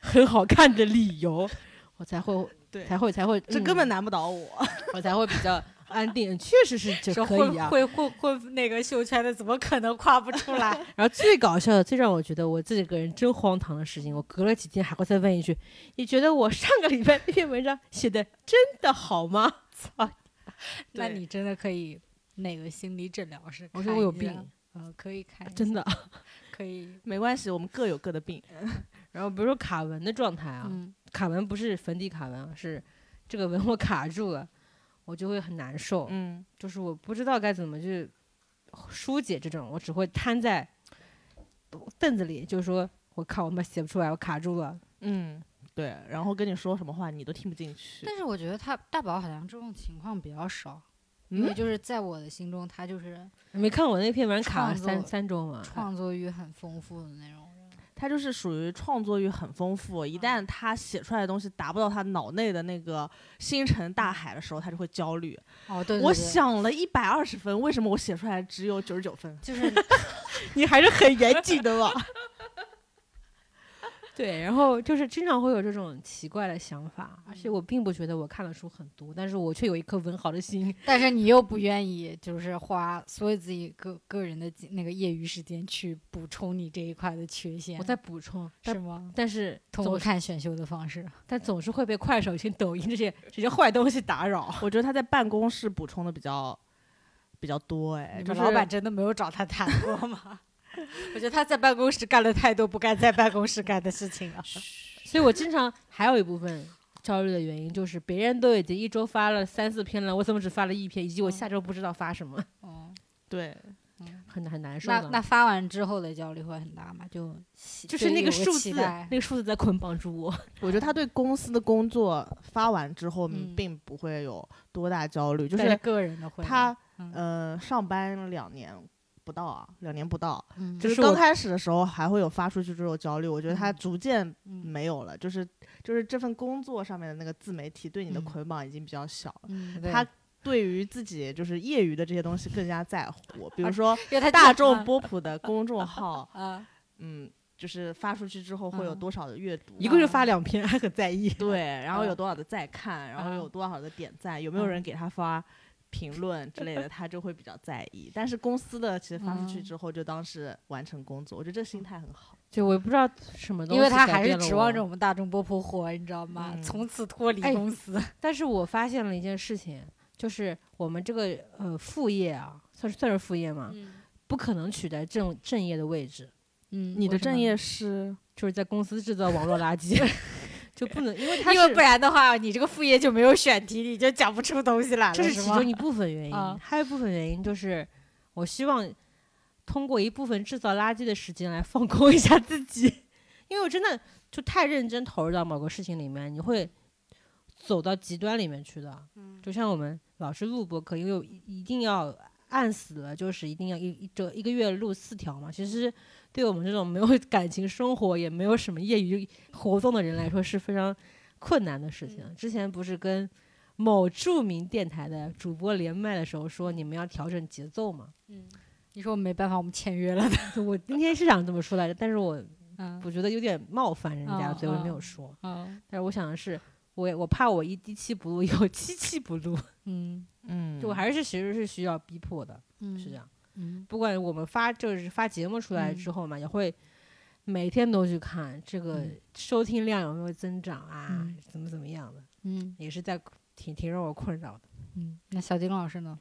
S1: 很好看的理由，我才会
S3: 对
S1: 才会才会
S3: 这
S1: 嗯
S3: 根本难不倒我。 (laughs)
S1: 我才会比较安定确实是就
S2: 说
S1: 可以
S2: 混
S1: 啊。
S2: 混混混那个秀圈的，怎么可能夸不出
S1: (laughs)
S2: 来？
S1: 然后最搞笑的、最让我觉得我自己个人真荒唐的事情，我隔了几天还会再问一句：“你觉得我上个礼拜那篇文章写的真的好吗
S2: 那
S3: 对
S2: 你真的可以那个心理诊疗师？”
S1: 我
S2: 看一下，
S1: 说我有病，
S2: 呃，可以看一下，
S1: 真的。
S2: 可以，
S3: 没关系，我们各有各的病。
S1: 然后比如说卡文的状态啊，
S2: 嗯，
S1: 卡文不是粉底卡文啊，是这个文我卡住了，我就会很难受，
S3: 嗯，
S1: 就是我不知道该怎么去疏解这种，我只会瘫在凳子里，就说我靠，我他妈写不出来，我卡住了。
S3: 嗯，对，然后跟你说什么话你都听不进去。
S2: 但是我觉得他大宝好像这种情况比较少，因为
S1: 嗯，
S2: 就是在我的心中，他
S3: (laughs)
S2: 就是
S1: 你没看我那篇文章卡了
S2: 创作
S1: 三三周吗？
S2: 创作欲很丰富的那种人。
S3: 他就是属于创作欲很丰富，一旦他写出来的东西达不到他脑内的那个星辰大海的时候，他就会焦虑。
S2: 哦，对对对，
S3: 我想了一百二十分，为什么我写出来只有九十九分？
S2: 就是
S3: (laughs) 你还是很严谨的嘛。
S1: 对，然后就是经常会有这种奇怪的想法，而
S2: 嗯
S1: 且我并不觉得我看的书很多，但是我却有一颗文豪的
S2: (laughs)
S1: 心。
S2: 但是你又不愿意，就是花所有自己个个人的那个业余时间去补充你这一块的缺陷，
S1: 我在补充，但
S2: 啊是吗？
S1: 但是
S2: 通过
S1: 总
S2: 看选秀的方式，
S1: 但总是会被快手、跟抖音这些这些坏东西打
S2: (laughs)
S1: 扰。
S3: (laughs) 我觉得他在办公室补充的比较比较多，哎，
S2: 你
S3: 就
S2: 们
S3: 是
S2: 老板真的没有找他谈过吗？ (laughs) 我觉得他在办公室干了太多不该在办公室干的事情了。
S1: 所以我经常还有一部分焦虑的原因就是，别人都已经一周发了三四篇了，我怎么只发了一篇，以及我
S2: 嗯
S1: 下周不知道发什么，
S2: 哦，
S3: 对，
S1: 很很难受
S2: 那
S1: 的。
S2: 那发完之后的焦虑会很大吗？就
S1: 就是那
S2: 个
S1: 数字，
S2: 期
S1: 那
S2: 待
S1: 个数字在捆绑住我。
S3: 我觉得他对公司的工作发完之后，
S2: 嗯
S3: 并不会有多大焦虑，就
S2: 但是
S3: 是
S2: 个人的会
S3: 他
S2: 嗯
S3: 呃上班两年不到啊，两年不到，
S2: 嗯
S1: 这
S3: 就是是
S1: 我
S3: 刚开始的时候还会有发出去这种焦虑，我觉得他逐渐
S2: 嗯
S3: 没有了，就是就是这份工作上面的那个自媒体对你的
S2: 嗯
S3: 捆绑已经比较小了，
S2: 嗯，
S1: 对
S3: 他对于自己就是业余的这些东西更加在乎，比
S2: (laughs)
S3: 如说
S2: 因为他
S3: 大
S2: 就，
S3: 众波普的公众号
S2: 啊，
S3: 嗯，就是发出去之后会有
S2: 嗯
S3: 多少的阅读，啊
S1: 一个是发两篇，还很在意。
S3: 对，然后有
S2: 嗯
S3: 多少的再看，然后有
S2: 嗯
S3: 多少的点赞，有没有人给他发评论之类的，他就会比较在意。但是公司的其实发出去
S2: 嗯
S3: 之后，就当是完成工作，我觉得这心态很好。
S1: 就我也不知道什么东西，
S2: 因为他还是指望着。我们大众波普火，你知道吗？
S3: 嗯
S2: 从此脱离
S1: 哎
S2: 公司，
S1: 但是我发现了一件事情，就是我们这个呃副业啊，算是算是副业嘛，
S2: 嗯
S1: 不可能取代正正业的位置。
S2: 嗯
S3: 你的
S1: 为什
S3: 正
S1: 么
S3: 业是
S1: 就是在公司制造网络垃
S2: (laughs)
S1: 圾，就不能，因为它
S2: 因为
S1: 是
S2: 不然的话，你这个副业就没有选题，你就讲不出东西来了，
S1: 这是
S2: 是
S1: 其
S2: 吗
S1: 中？一部分
S2: (laughs)
S1: 原因
S2: 啊，
S1: 还有一部分原因就是我希望通过一部分制造垃圾的时间来放空一下自己，因为我真的就太认真投入到某个事情里面，你会走到极端里面去的。
S2: 嗯
S1: 就像我们老是录播课，因为我一一定要按死了，就是一定要一一周一个月录四条嘛。其实对我们这种没有 (laughs) 感情生活，也没有什么业余活动的人来说，是非常困难的事情。
S2: 嗯
S1: 之前不是跟某著名电台的主播连麦的时候说，你们要调整节奏嘛？
S2: 嗯，你说我没办法，我们签约了的，
S1: (laughs) 就我今天是想这么说来着，但是我
S2: 嗯
S1: 我觉得有点冒犯人家，
S2: 哦
S1: 所以我就没有
S2: 哦
S1: 说。
S2: 嗯
S1: 但是我想的是，我我怕我一第七不录，以 (laughs) 后七期不录，
S2: 嗯
S3: 嗯，
S1: 就我还是其实是需要逼迫的，
S2: 嗯，
S1: 是这样。
S2: 嗯，
S1: 不管我们发就是发节目出来之后嘛，也会每天都去看这个
S2: 嗯
S1: 收听量有没有增长啊，
S2: 嗯
S1: 怎么怎么样的，
S2: 嗯
S1: 也是在挺挺让我困扰的。
S2: 嗯，那小丁老师呢？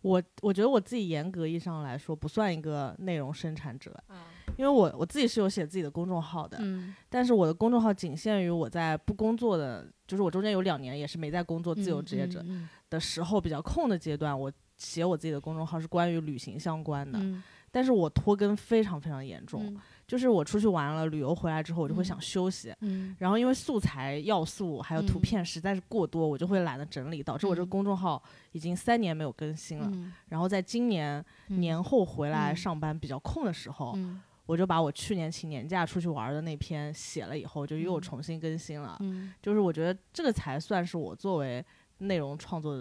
S3: 我我觉得我自己严格意义上来说不算一个内容生产者，
S2: 啊
S3: 因为我我自己是有写自己的公众号的，
S2: 嗯
S3: 但是我的公众号仅限于我在不工作的，就是我中间有两年也是没在工作，自由职业者
S2: 嗯
S3: 的时候比较空的阶段，我写我自己的公众号是关于旅行相关的，
S2: 嗯
S3: 但是我拖更非常非常严重，
S2: 嗯
S3: 就是我出去玩了旅游回来之后，我就会
S2: 嗯
S3: 想休息。
S2: 嗯
S3: 然后因为素材要素还有图
S2: 嗯
S3: 片实在是过多，我就会懒得整理，导致我这个
S2: 嗯
S3: 公众号已经三年没有更新了。
S2: 嗯
S3: 然后在今年年后回来
S2: 嗯
S3: 上班比较空的时候，
S2: 嗯
S3: 我就把我去年请年假出去玩的那篇写了以后，就又
S2: 嗯
S3: 重新更新了。
S2: 嗯
S3: 就是我觉得这个才算是我作为内容创作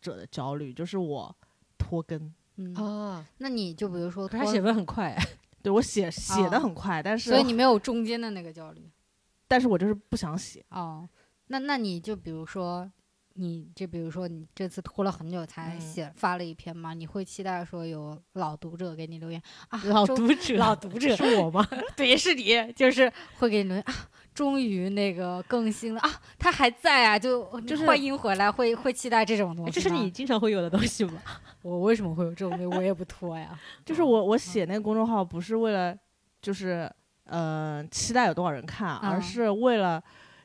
S3: 者的焦虑，就是我拖更。
S2: 嗯，
S1: 哦，
S2: 那你就比如说
S1: 可是他
S2: 脱
S1: 写，文很快、啊
S3: 对我写写的
S2: 哦
S3: 很快，但是
S2: 所以你没有中间的那个焦虑。
S3: 但是我就是不想写。
S2: 哦，那那你就比如说，你就比如说你这次拖了很久才
S3: 嗯
S2: 写、发了一篇嘛，你会期待说有老读者给你留言啊，
S1: (laughs) 老
S2: 终
S1: 读者，
S2: 老读
S1: (laughs)
S2: 者
S1: 是我吗？
S2: 对，是你，就是会给你留言啊，终于那个更新了啊，他还在啊，就
S1: 就是
S2: 欢迎回来，会会期待这种东西吗。
S1: 哎这是你经常会有的东西吗？
S2: 我为什么会有这种东西？我也不拖呀。
S3: 就是我我写
S2: 嗯
S3: 那个公众号不是为了就是呃期待有多少人看，而
S2: 嗯
S3: 是为了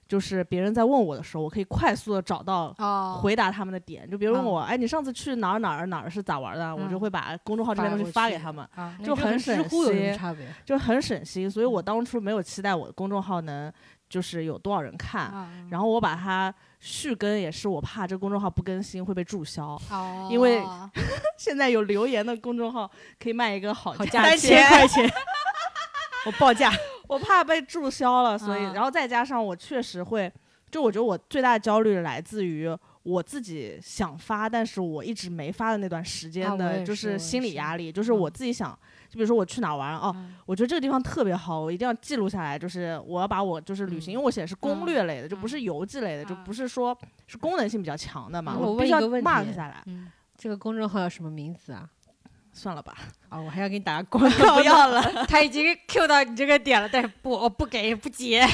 S3: 就是别人在问我的时候，我可以快速的找到。
S2: 哦，
S3: 回答他们的点，就比如问我，哎，你上次去哪儿哪儿哪儿是咋玩的？我就
S2: 嗯
S3: 会把公众号这边
S2: 发
S3: 东
S2: 过
S3: 西发
S2: 去
S3: 给他们，
S2: 啊，
S3: 就很
S1: 知
S3: 省
S1: 乎有什么
S3: 心
S1: 差别？
S3: 就很省心。所以
S2: 嗯
S3: 我当初没有期待我的公众号能就是有多少人看，
S2: 啊
S3: 然后我把它续更，也是我怕这公众号不更新会被注销。
S2: 哦，
S3: 因为 (laughs) 现在有留言的公众号可以卖一个好
S1: 好
S3: 价
S1: 价
S3: 三
S1: 千
S3: 千
S1: 块钱，
S3: (laughs)
S1: 我报价。
S3: 我怕被注销了，所以、
S2: 啊
S3: 然后再加上我确实会，就我觉得我最大的焦虑来自于我自己想发，但是我一直没发的那段时
S2: 啊
S3: 间
S2: 我
S3: 的，
S2: 也
S3: 就是
S2: 我也
S3: 是心理
S2: 是
S3: 压力，就是
S1: 嗯
S3: 我自己想，就比如说我去哪儿玩哦。
S2: 嗯
S3: 我觉得这个地方特别好，我一定要记录下来。就是我要把我就是旅
S1: 嗯
S3: 行，因为我写的是攻略类的，就不
S2: 嗯
S3: 是游记类的，就
S2: 啊
S3: 不是说是功能性比较强的嘛。
S1: 那我
S3: 我
S1: 问
S3: 必
S1: 一
S3: 须要
S1: 个问题
S3: mark 下来。
S2: 嗯，
S1: 这个公众号有什么名字啊？(laughs)
S3: 算了吧，
S1: 啊，我还要给你打个 (laughs) 广告。
S3: 不要了。
S2: 他已经 Q 到你这个点了，但是不，我不给，不接。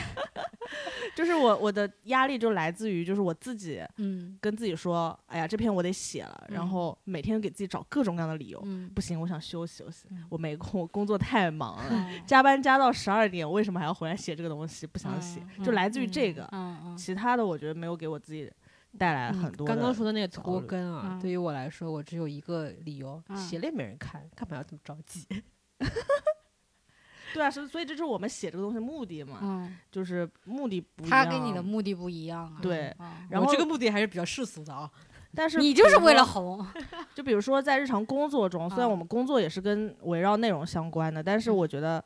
S3: 就是我我的压力就来自于就是我自己
S2: 嗯
S3: 跟自己说，哎呀，这篇我得写了，
S2: 嗯
S3: 然后每天给自己找各种各样的理由，
S2: 嗯，
S3: 不行，我想休息休息
S2: 嗯，
S3: 我没空，我工作太忙了，
S2: 嗯
S3: 加班加到十二点，我为什么还要回来写这个东西？不想写，
S2: 嗯
S3: 就来自于这个。
S2: 嗯
S3: 其他的我觉得没有给我自己带来很多的。
S1: 刚刚说的那个
S3: 焦
S1: 拖
S3: 虑
S1: 更啊
S2: 嗯，
S1: 对于我来说，我只有一个理由：
S2: 嗯
S1: 写了也没人看，干嘛要这么着急？
S3: 对啊，所以所以这就是我们写这个东西的目的嘛，
S2: 嗯
S3: 就是目的不
S2: 嗯，
S3: 一
S2: 他
S3: 样。
S2: 跟你的目的不一样啊。
S3: 对
S2: 嗯，
S3: 然
S1: 我
S3: 后
S1: 这个目的还是比较世俗的啊。
S3: 但是
S2: 你就是
S3: 比如
S2: 为
S3: 说
S2: 了红。
S3: 就比如说在日常工作中，虽然
S2: 啊
S3: 我们工作也是跟围绕内容相关的，但是
S2: 嗯
S3: 我觉得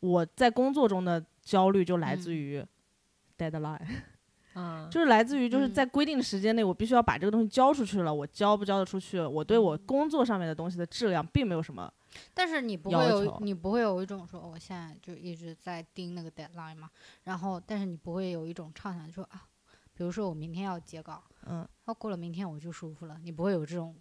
S3: 我在工作中的焦虑就来自
S2: 嗯
S3: 于 deadline，、
S1: (laughs) 嗯，
S3: (laughs) 就是来自于就是
S2: 嗯
S3: 在规定的时间内，我必须要把这个东西交出去了。我交不交得出去，我对我
S2: 嗯
S3: 工作上面的东西的质量并没有什么。
S2: 但是你不
S3: 要
S2: 会有
S3: 求
S2: 你不会有一种说，我、现在就一直在盯那个 deadline 嘛，然后但是你不会有一种畅想说啊，比如说我明天要截稿，
S3: 嗯，
S2: 然后过了明天我就舒服了，你不会有这种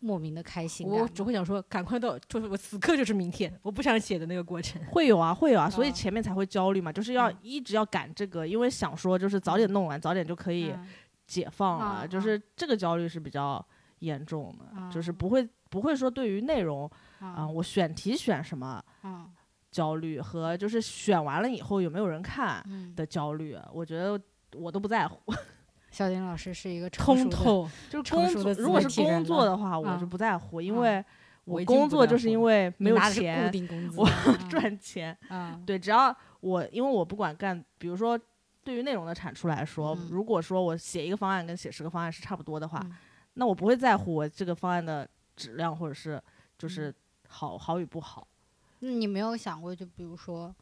S2: 莫名的开心感
S1: 我
S2: 吗。
S1: 只会想说，赶快到，就是我此刻就是明天，我不想写的那个过 (laughs) 程。
S3: 会有啊，会有啊，所以
S2: 嗯
S3: 前面才会焦虑嘛，就是要
S2: 嗯
S3: 一直要赶这个，因为想说就是早点弄完，早点就可以
S2: 嗯
S3: 解放了，
S2: 嗯
S3: 就
S2: 嗯
S3: 是这个焦虑是比较严重的，就是
S2: 嗯
S3: 不会不会说对于内容啊、
S2: 嗯
S3: 我选题选什么
S2: 嗯
S3: 焦虑和就是选完了以后有没有人看
S2: 嗯，
S3: 的焦虑，我觉得我都不在乎。 (laughs)
S2: 小丁老师是一个成
S1: 通
S2: 熟的，
S1: 透，
S3: 就是
S2: 成
S3: 工
S2: 熟
S3: 作，
S2: 的
S3: 如果
S2: 自
S3: 是
S2: 媒体人
S3: 工作
S2: 了
S3: 的话，我
S2: 嗯
S3: 是不在乎，因
S2: 嗯
S3: 为
S1: 我
S3: 我
S1: 已经
S3: 工
S1: 不
S3: 作
S1: 在
S3: 就是
S1: 乎
S3: 因为
S2: 你
S3: 没有
S2: 拿的是固
S3: 钱
S2: 定工资，
S3: 我
S1: (laughs)
S2: 嗯
S3: 赚钱，
S2: 嗯
S3: 对，只要我因为我不管干，比如说对于内容的产出来说，
S2: 嗯
S3: 如果说我写一个方案跟写十个方案是差不多的话，
S2: 嗯
S3: 那我不会在乎我这个方案的质量或者是就
S2: 嗯
S3: 是好好与不好。
S2: 那你没有想过，就比如说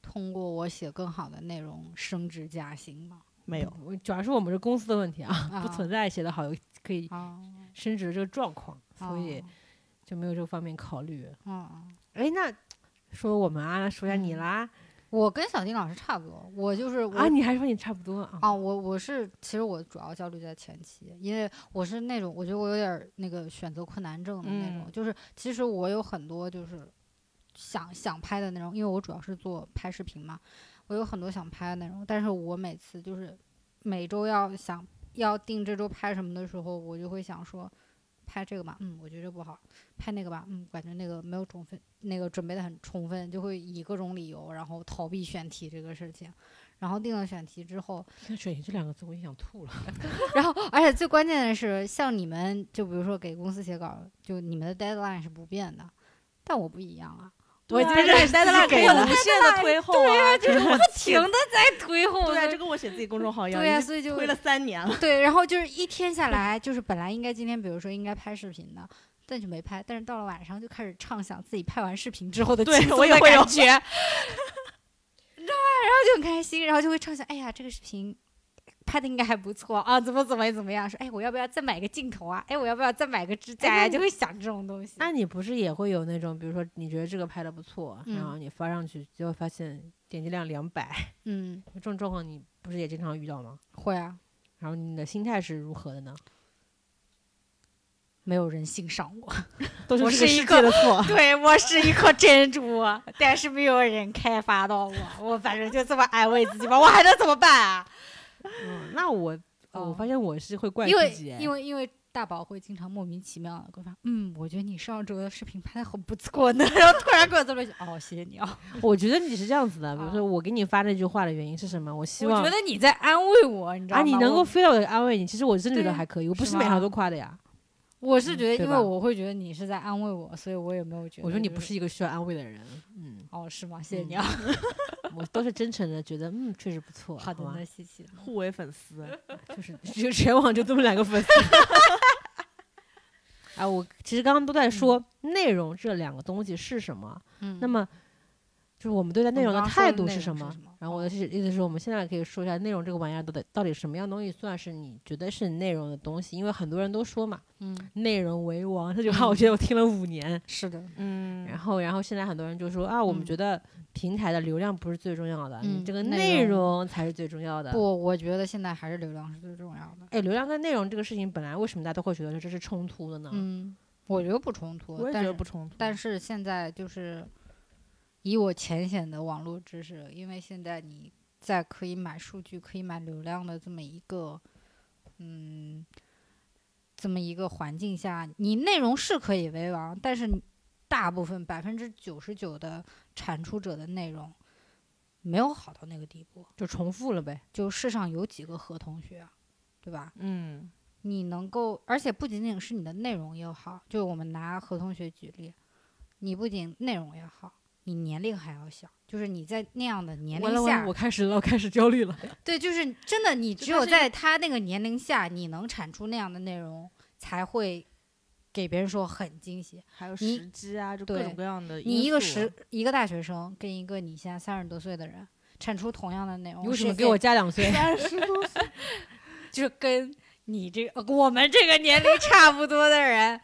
S2: 通过我写更好的内容升职加薪吗？
S3: 没有，
S1: 我主要是我们这公司的问题啊，
S2: 啊
S1: (laughs) 不存在写的好可以
S2: 啊，
S1: 升职的这个状况，所以
S2: 哦
S1: 就没有这方面考虑。
S2: 嗯嗯。
S1: 哎，那说我们啊，那说一下你
S2: 嗯
S1: 啦、
S2: 我跟小丁老师差不多，我就是我
S1: 啊，你还说你差不多啊？
S2: 啊，我我是其实我主要焦虑在前期，因为我是那种我觉得我有点儿那个选择困难症的那种，
S3: 嗯
S2: 就是其实我有很多就是想想拍的那种，因为我主要是做拍视频嘛，我有很多想拍的内容，但是我每次就是每周要想要定这周拍什么的时候，我就会想说。拍这个吧，嗯，我觉得不好；拍那个吧，嗯，感觉那个没有充分，那个准备的很充分，就会以各种理由，然后逃避选题这个事情。然后定了选题之后，
S1: 听到“选题”这两个字，我也想吐了。
S2: 然后，而且最关键的是，像你们就比如说给公司写稿，就你们的 deadline 是不变的，但我不一样啊，
S1: 我
S3: 对啊
S1: 今天
S3: 但是 deadline 可以
S1: 给了
S3: 无限的推后啊，
S2: 就是 (laughs) 不停
S3: (laughs)
S2: 的在推后，
S3: 对啊，就
S2: 就
S3: 跟我写自己公众号一样，
S2: 对呀、
S3: 已经
S2: 所以就
S3: 推了三年了。
S2: 对，然后就是一天下来，就是本来应该今天比如说应该拍视频的。但就没拍，但是到了晚上就开始畅想自己拍完视频之后的
S3: 对
S2: 轻松
S3: 我也
S2: 的
S3: 会有
S2: 感觉，你知道吧？然后就很开心，然后就会畅想，哎呀，这个视频拍的应该还不错啊，怎么怎么怎么样？说，哎，我要不要再买个镜头啊？哎，我要不要再买个支架呀、
S1: 那
S2: 就会想这种东西。
S1: 那你不是也会有那种，比如说你觉得这个拍的不错，
S2: 嗯
S1: 然后你发上去，结果发现点击量两百， (laughs)
S2: 嗯，
S1: 这种状况你不是也经常遇到吗？
S2: 会啊，
S1: 然后你的心态是如何的呢？
S2: 没有人欣赏我，
S3: 都
S2: 我
S3: 这个
S2: 是一
S3: 世
S2: 个。
S3: 界的 (laughs) 错
S2: 对我是一颗珍珠， (laughs) 但是没有人开发到我，我反正就这么安慰自己吧，我还能怎么办啊？
S1: 嗯，那我我
S2: 哦
S1: 发现我是会怪
S2: 因
S1: 自
S2: 为
S1: 己哎，
S2: 因为因为大宝会经常莫名其妙的跟我说，嗯，我觉得你上周的视频拍的很不错呢， (laughs) 然后突然给我这么一句，哦，谢谢你啊，
S1: 哎我觉得你是这样子的。比如
S2: 啊
S1: 说，我给你发那句话的原因是什哦么？我希
S2: 我
S1: 望
S2: 觉得你在安慰我，你知
S1: 啊，
S2: 道吗？
S1: 你能够
S2: 我
S1: feel 到我的安慰你，其实我真的觉得
S2: 对
S1: 还可以，我不
S2: 是
S1: 是每行
S2: 吧
S1: 都夸的呀。
S2: 我是觉
S1: 嗯对
S2: 得，因为
S1: 吧
S2: 我会觉得你是在安慰我，所以我也没有觉得。
S1: 我说你不是，一个需要安慰的人，
S2: (laughs)
S1: 嗯，
S2: 哦，是吗？谢谢你啊。
S1: 我都是真诚的，觉得嗯确实不错，
S2: 好的
S1: 吗
S2: 呢，？谢谢。
S1: (laughs)
S3: 互为粉丝，
S1: 就是 (laughs) 就全网就这么两个粉丝。 (laughs) 啊，我其实刚刚都在说内容这两个东西是什么，
S2: 嗯
S1: 那么就是我们对待内
S2: 我
S1: 容
S2: 们
S1: 的
S2: 刚刚
S1: 态
S2: 说的
S1: 度
S2: 内
S1: 是
S2: 容
S1: 什
S2: 是
S1: 么
S2: 什么？哦
S1: 然后我的是意思是我们现在可以说一下内容这个玩意儿到底到底什么样东西算是你觉得是内容的东西？因为很多人都说嘛，
S2: 嗯，
S1: 内容为王这句话，我觉得我听了五年。
S2: 是的，
S3: 嗯
S1: 然后，然后现在很多人就说啊，我们
S2: 嗯
S1: 觉得平台的流量不是最重要的，你
S2: 嗯
S1: 这个
S2: 内
S1: 内
S2: 容
S1: 容才是最重要的。
S2: 不，我觉得现在还是流量是最重要的。
S1: 哎，流量跟内容这个事情，本来为什么大家都会觉得这是冲突的呢？
S2: 嗯，我觉得不冲突，
S3: 我也觉
S2: 但
S3: 得
S2: 是
S3: 不冲突。
S2: 但是现在就是以我浅显的网络知识，因为现在你在可以买数据、可以买流量的这么一个，嗯，这么一个环境下，你内容是可以为王，但是你大部分百分之九十九的产出者的内容没有好到那个地步。
S1: 就重复了呗。
S2: 就世上有几个何同学啊，对吧？
S3: 嗯，
S2: 你能够，而且不仅仅是你的内容要好，就我们拿何同学举例，你不仅内容要好，你年龄还要小，就是你在那样的年
S1: 完了
S2: 龄
S1: 完
S2: 下
S1: 了，我，开始了，我开始焦虑了。
S2: 对，就是真的，你只
S3: 它
S2: 有
S3: 是一个
S2: 在他那个年龄下，你能产出那样的内容，才会给别人说很惊喜。
S3: 还有
S2: 你
S3: 时机啊，就各
S2: 对
S3: 种各样的因素啊。
S2: 你一个十一个大学生跟一个你现在三十多岁的人产出同样的内容，
S1: 你为什
S2: 谁
S1: 么给
S2: 给
S1: 我加两
S2: 啊
S1: 岁？
S3: 三十多岁，
S2: (laughs) 就是跟你这个我们这个年龄差不多的人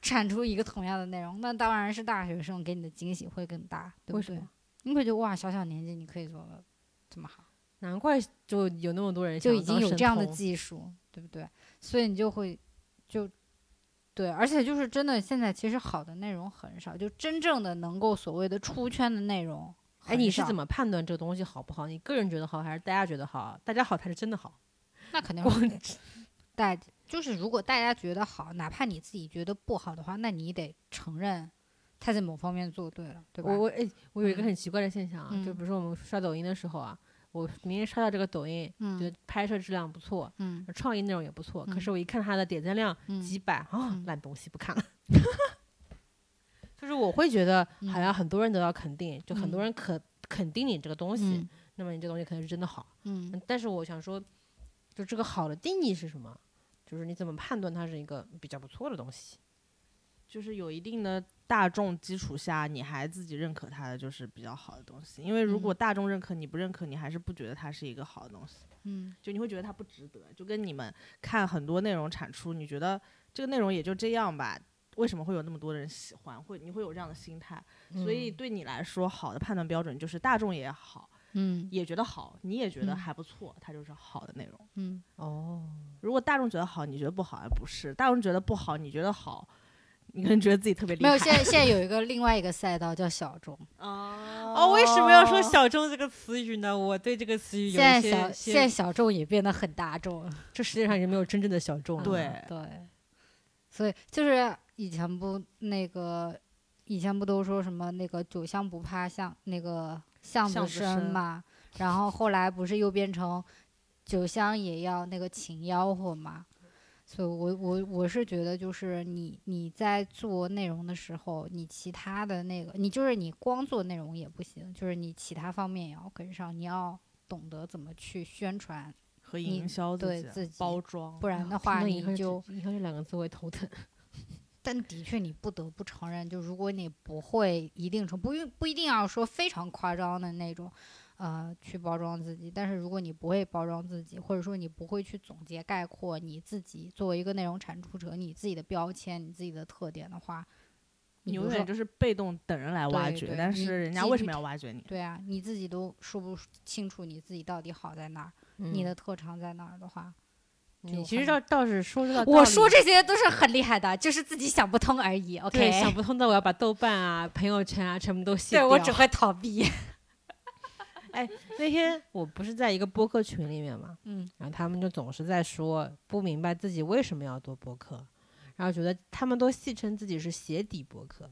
S2: 产出一个同样的内容，那当然是大学生给你的惊喜会更大，对不
S1: 为什
S2: 对
S1: 么？
S2: 你会觉得哇，小小年纪你可以做的这么好，
S1: 难怪就有那么多人
S2: 就
S1: 想
S2: 已经
S1: 当
S2: 有
S1: 神
S2: 这样的
S1: 童
S2: 技术，对不对？所以你就会就对，而且就是真的，现在其实好的内容很少，就真正的能够所谓的出圈的内容很少。
S1: 哎，你是怎么判断这个东西好不好？你个人觉得好，还是大家觉得好？啊大家好才是真的好。
S2: 那肯定
S1: 光 (laughs)
S2: 大就是如果大家觉得好，哪怕你自己觉得不好的话，那你得承认他在某方面做对了，对吧？
S1: 我我哎，我有一个
S2: 嗯
S1: 很奇怪的现象啊，就
S2: 嗯
S1: 比如说我们刷抖音的时候啊，我明明刷到这个抖音，觉
S2: 嗯
S1: 得拍摄质量不错，
S2: 嗯
S1: 创意内容也不错，可
S2: 嗯
S1: 是我一看它的点赞量
S2: 嗯
S1: 几百啊、
S2: 嗯
S1: 烂东西不看了。 (laughs) 就是我会觉得好像很多人得到肯定，就很多
S2: 嗯
S1: 人肯肯定你这个东西，
S2: 嗯
S1: 那么你这东西可能是真的好。
S2: 嗯
S1: 嗯但是我想说，就这个好的定义是什么？就是你怎么判断它是一个比较不错的东西？
S3: 就是有一定的大众基础下，你还自己认可它的，就是比较好的东西。因为如果
S2: 嗯
S3: 大众认可你不认可，你还是不觉得它是一个好的东西，
S2: 嗯
S3: 就你会觉得它不值得。就跟你们看很多内容产出，你觉得这个内容也就这样吧。为什么会有那么多人喜欢？会你会有这样的心态，
S2: 嗯
S3: 所以对你来说，好的判断标准就是大众也好，
S2: 嗯
S3: 也觉得好，你也觉得
S2: 嗯
S3: 还不错，它就是好的内容。
S2: 嗯，
S1: 哦，
S3: 如果大众觉得好，你觉得不好，不是；大众觉得不好，你觉得好，你可能觉得自己特别厉
S2: 没
S3: 害。
S2: 有，现在现在
S1: (laughs)
S2: 有一个另外一个赛道叫小众，
S3: 哦
S1: 哦，为什么要说小众这个词语呢？我对这个词语有
S2: 现在
S1: 一
S2: 小
S1: 些
S2: 现在小众也变得很大众了，
S1: 这世界上已经没有真正的小众了。啊嗯
S3: 对
S2: 对，所以就是以前不那个。以前不都说什么那个酒香不怕巷那个巷
S3: 巷
S2: 子
S3: 子深 (laughs)
S2: 嘛，然后后来不是又变成酒香也要那个请吆喝嘛，所以我我我是觉得就是你你在做内容的时候，你其他的那个你就是你光做内容也不行，就是你其他方面也要跟上，你要懂得怎么去宣传，
S3: 和营销
S2: 对
S3: 己
S2: 自己
S3: 包装
S2: 不然的
S1: 听
S2: 话
S1: 到
S2: 你
S1: 以后
S2: 就
S1: 以后这两个字我也头
S2: (laughs)
S1: 疼。
S2: 但的确，你不得不承认，就如果你不会一定程不用不一定要说非常夸张的那种，呃，去包装自己。但是如果你不会包装自己，或者说你不会去总结概括你自己作为一个内容产出者你自己的标签、你自己的特点的话，
S3: 你
S2: 你比如
S3: 永远
S2: 说
S3: 就是被动等人来挖
S2: 对
S3: 掘，
S2: 对
S3: 但
S2: 你
S3: 是人家
S2: 基
S3: 为
S2: 于
S3: 什么要挖掘你？
S2: 对啊，你嗯
S1: 嗯
S2: 自己都说不清楚你自己到底好在哪儿，你的特长在哪儿的话，
S1: 你
S2: 就
S1: 其实
S2: 很
S1: 倒倒是说了，
S2: 我说这些都是很厉害的，就是自己想不通而已。
S1: 对
S2: OK，
S1: 想不通的，我要把豆瓣啊、朋友圈啊全部都卸
S2: 对
S1: 掉。
S2: 我只会逃避。 (laughs)
S1: 那天我不是在一个播客群里面嘛，
S2: 嗯，
S1: 然后他们就总是在说不明白自己为什么要做播客，然后觉得他们都戏称自己是鞋底播客，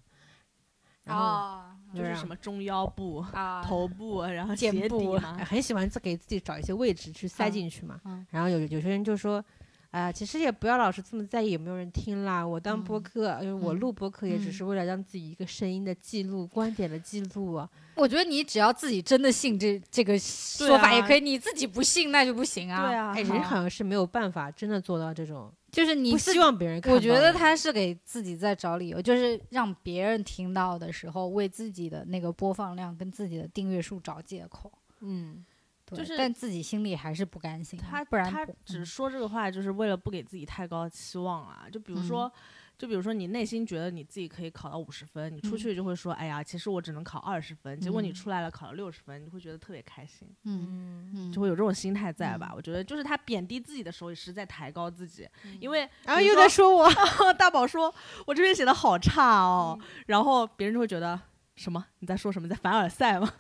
S1: 然后
S2: 哦
S1: 我
S3: 就是
S1: 让
S3: 什么中腰部、
S2: 啊，
S3: 头部，然后
S2: 肩
S3: 鞋底
S2: 部啊
S1: 哎 (laughs)
S3: 嘛，
S1: 很喜欢自给自己找一些位置去塞
S2: 嗯
S1: 进去嘛。
S2: 嗯
S1: 然后有有些人就说，啊、其实也不要老是这么在意有没有人听啦。我当播
S2: 嗯
S1: 客，呃我
S2: 嗯
S1: 录播客也只
S2: 嗯
S1: 是为了让自己一个声音的记录、观点的记录啊。
S2: 我觉得你只要自己真的信这这个说
S3: 对
S2: 法
S3: 啊
S2: 也可以，你自己不信那就不行啊。
S3: 对啊
S1: 哎，人好像是没有办法真的做到这种，
S2: 就是你
S1: 不
S2: 自
S1: 希望别人看到
S2: 我觉得
S1: 的
S2: 他是给自己在找理由，就是让别人听到的时候，为自己的那个播放量跟自己的订阅数找借口。
S1: 嗯，
S2: 对
S3: 就是
S2: 但自己心里还是不甘心啊，
S3: 他
S2: 不然
S3: 他
S2: 不
S3: 只
S2: 嗯
S3: 说这个话，就是为了不给自己太高的期望啊。就比
S2: 嗯
S3: 如说，就比如说你内心觉得你自己可以考到五十分，你出
S2: 嗯
S3: 去就会说，哎呀，其实我只能考二十分。结果你
S2: 嗯
S3: 出来了考了六十分，你会觉得特别开心，
S2: 嗯
S1: 嗯，
S2: 嗯
S3: 就会有这种心态在吧？我觉得就是他贬低自己的时候，也是在抬高自己，
S2: 嗯
S3: 因为
S1: 然后
S3: 比
S1: 又
S3: 如
S1: 在
S3: 说
S1: 说我，
S3: (laughs) 大宝说：“我这边写的好差哦。
S2: 嗯
S3: 然后别人就会觉得什么？你在说什么？你在凡尔赛吗？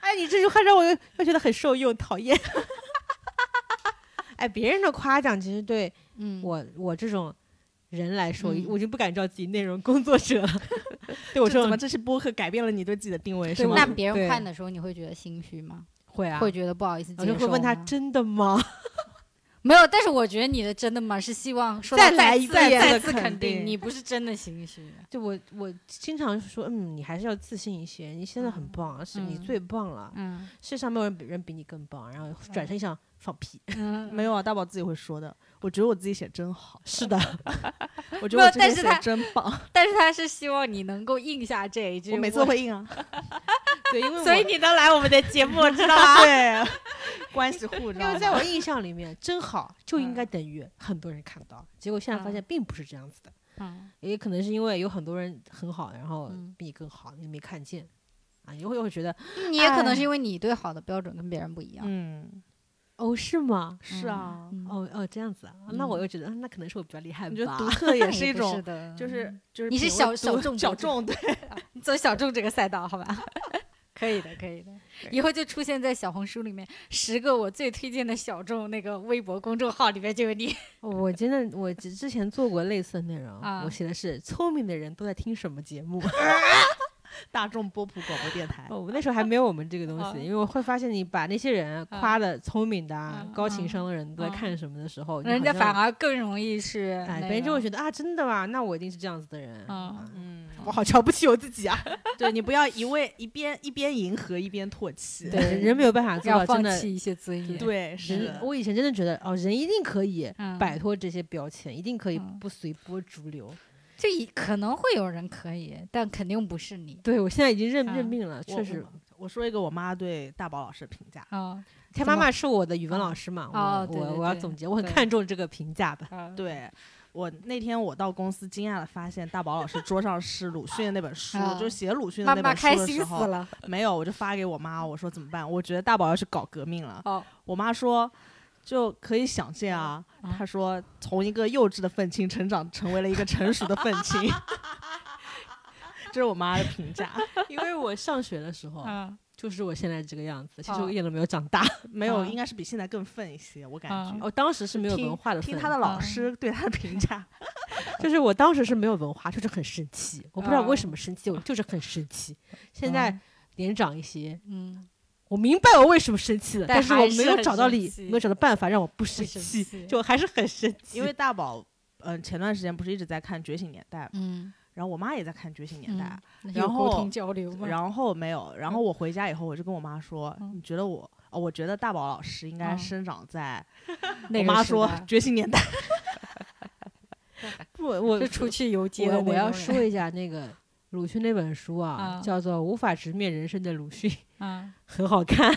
S1: 哎，你这句话让我又又觉得很受用，讨厌。 (laughs) 哎，别人的夸奖其实对
S2: 嗯
S1: 我我这种人来说，
S2: 嗯
S1: 我就不敢叫自己内容工作者 (laughs) 了。对我
S3: 这
S1: 这
S3: 怎么
S1: 种
S3: 这些播客改变了你对自己的定位是
S1: 对
S3: 吗
S1: 我？”
S2: 那别人
S1: 对
S2: 看的时候，你会觉得心虚吗？
S1: 会啊，
S2: 会觉得不好意思接
S1: 我
S2: 受
S1: 就会问他
S2: 吗
S1: 真的吗？
S2: 没有，但是我觉得你的真的吗？是希望说
S1: 再
S2: 到
S1: 来
S2: 再
S1: 一
S2: 次
S1: 遍
S2: 再
S3: 的
S2: 次
S3: 肯
S2: 肯定，
S3: 定
S2: 你不是真的心虚。啊
S1: 就我我经常说，嗯，你还是要自信一些，你现在很棒，是你
S2: 嗯
S1: 最棒了，
S2: 嗯
S1: 世上没有人比人比你更棒。然后转身想放屁，
S2: 嗯，
S3: 没有啊，大宝自己会说的。我觉得我自己写真 (laughs) 好，
S1: 是的，
S3: 我觉得我
S2: 不但
S3: 自己
S2: 是
S3: 写
S2: 他
S3: 得真 (laughs) 棒，
S2: 但是他是希望你能够应下这一句。
S3: 我每次都会印啊。
S1: 对，因为 (laughs) 我
S2: 所以你
S3: (laughs)
S2: 能来我们的节目，知道吗？
S3: 对，关系户，
S1: 因
S3: 知道
S1: 为在
S3: 吗？
S1: 我嗯印象里面，真好就应该等于很多人看到，结果现在发现并不是这样子的，
S2: 嗯
S1: 也可能是因为有很多人很好，然后
S2: 嗯
S1: 比你更好，你没看见啊，你会会觉得
S2: 你也可能是因为你对好的标准跟别人不一样。
S3: 哎嗯，
S1: 哦是吗？
S3: 是啊。
S2: 嗯
S1: 哦哦这样子啊，那我又觉得嗯那可能是我比较厉害
S3: 你觉 (laughs) 得
S1: 吧
S3: 独。特也
S2: 那
S3: 是一
S2: 不
S3: 种，
S2: 的，
S3: (laughs) 就是就是
S2: 你是
S3: 品
S2: 小
S3: 味独
S2: 小众
S3: 小
S2: 博主
S3: 众对，
S2: 你走小众这个赛道，好 (laughs) 吧？可以的，可以的。以后就出现在小红书里面，十个我最推荐的小众那个微博公众号里面就有你。
S1: 我真的我之之前做过类似的内容，
S2: 啊
S1: 我写的是聪明的人都在听什么节
S2: (laughs)
S1: 目。
S3: (laughs) 大众波普广播电台。
S1: 哦，我那时候还没有我们这个东
S2: 啊 (laughs)
S1: 西，因为我会发现你把那些人
S2: 嗯
S1: 夸的聪明的、啊
S2: 啊、
S1: 高情商的人都在
S2: 啊
S1: 看什么的时候，你
S2: 人
S1: 好
S2: 家
S1: 像
S2: 反而更容易是
S1: 哎，
S2: 那
S1: 别人就会
S2: 个
S1: 觉得啊，真的吗？那我一定是这样子的人。
S2: 啊
S3: 嗯，
S1: 我好瞧不起我自己啊！
S3: (laughs) 对你不要一味一边一边迎合一边唾弃。
S2: 对
S1: 人人没有办法做
S2: 要
S1: 到，真
S2: 放
S1: 的。
S2: 弃一些尊严。，
S3: 对，是
S1: 人，我以前真的觉得哦，人一定可以
S2: 嗯，
S1: 摆脱这些标签，一定可以
S2: 嗯
S1: 不随波逐流。
S2: 就以可能会有人可以，但肯定不是你。
S1: 对我现在已经认
S2: 啊
S1: 认命了，确
S3: 我
S1: 实。
S3: 我说一个我妈对大宝老师的评价，
S2: 啊
S1: 他
S2: 怎
S1: 妈
S2: 么
S1: 妈是我的语文老师嘛，
S2: 哦
S1: 我
S2: 对
S1: 我
S2: 对
S1: 我要
S2: 对
S1: 总结，我很
S2: 对
S1: 看重这个评价的。
S2: 啊，
S3: 对。我那天我到公司惊讶的发现，大宝老师桌上是鲁迅的那本书，
S2: 啊
S3: 就是写鲁迅的
S2: 妈
S3: 那
S2: 妈
S3: 本书
S2: 开
S3: 的
S2: 心
S3: 时
S2: 死
S3: 候，
S2: 了。
S3: 没有，我就发给我妈，我说怎么办？我觉得大宝要去搞革命了。
S2: 哦，
S3: 我妈说，就可以想见啊，
S2: 啊
S3: 她说从一个幼稚的愤青成长成为了一个成熟的愤青，
S2: (laughs)
S3: 这是我妈的评价。
S1: 因为我上学的时 (laughs) 候
S2: 嗯，
S1: 就是我现在这个样子，其实
S2: 哦
S1: 我一点都没有长 (laughs) 大。
S3: 没有，
S2: 啊
S3: 应该是比现在更愤一些，我感
S2: 啊
S3: 觉。
S1: 我当时是没有
S3: 听
S1: 文化的分，
S3: 听她的老
S2: 啊
S3: 师对她的
S2: (laughs)
S3: 评价，
S1: 就是我当时是没有文化，就是很生气，我不知道为什
S2: 啊
S1: 么生气，我就是很生 (laughs) 气。现在年长一些，
S2: 嗯，
S1: 我明白我为什么生气了，
S2: 但
S1: 但是我
S2: 还是
S1: 没有
S2: 很
S1: 找到
S2: 生
S1: 理，
S2: 气
S1: 没有找到办法让我不生
S2: 生
S1: 气，
S2: 气
S1: 就还是很生气。
S3: 因为大宝，嗯、前段时间不是一直在看《觉醒年代》嘛，
S2: 嗯，
S3: 然后我妈也在看《觉醒年代
S2: 嗯
S3: 然
S2: 有沟
S3: 后
S2: 通交流》嘛，
S3: 然后没有，然后我回家以后我就跟我妈说，
S2: 嗯
S3: 你觉得我？哦，我觉得大宝老师应该
S2: 嗯
S3: 生
S2: (laughs)
S3: 长在
S2: 那
S3: 我
S2: 个
S3: 妈
S2: 时
S3: 说
S2: 代
S3: 《觉醒年代》
S1: 不，我
S2: 就出去游街
S1: 我
S2: 的
S1: 我
S2: 那
S1: 要
S2: 种人
S1: 说一下那个鲁迅那本书啊，
S2: 啊
S1: 叫做《无法直面人生的鲁迅》，
S2: 嗯
S1: 很好看。 (laughs)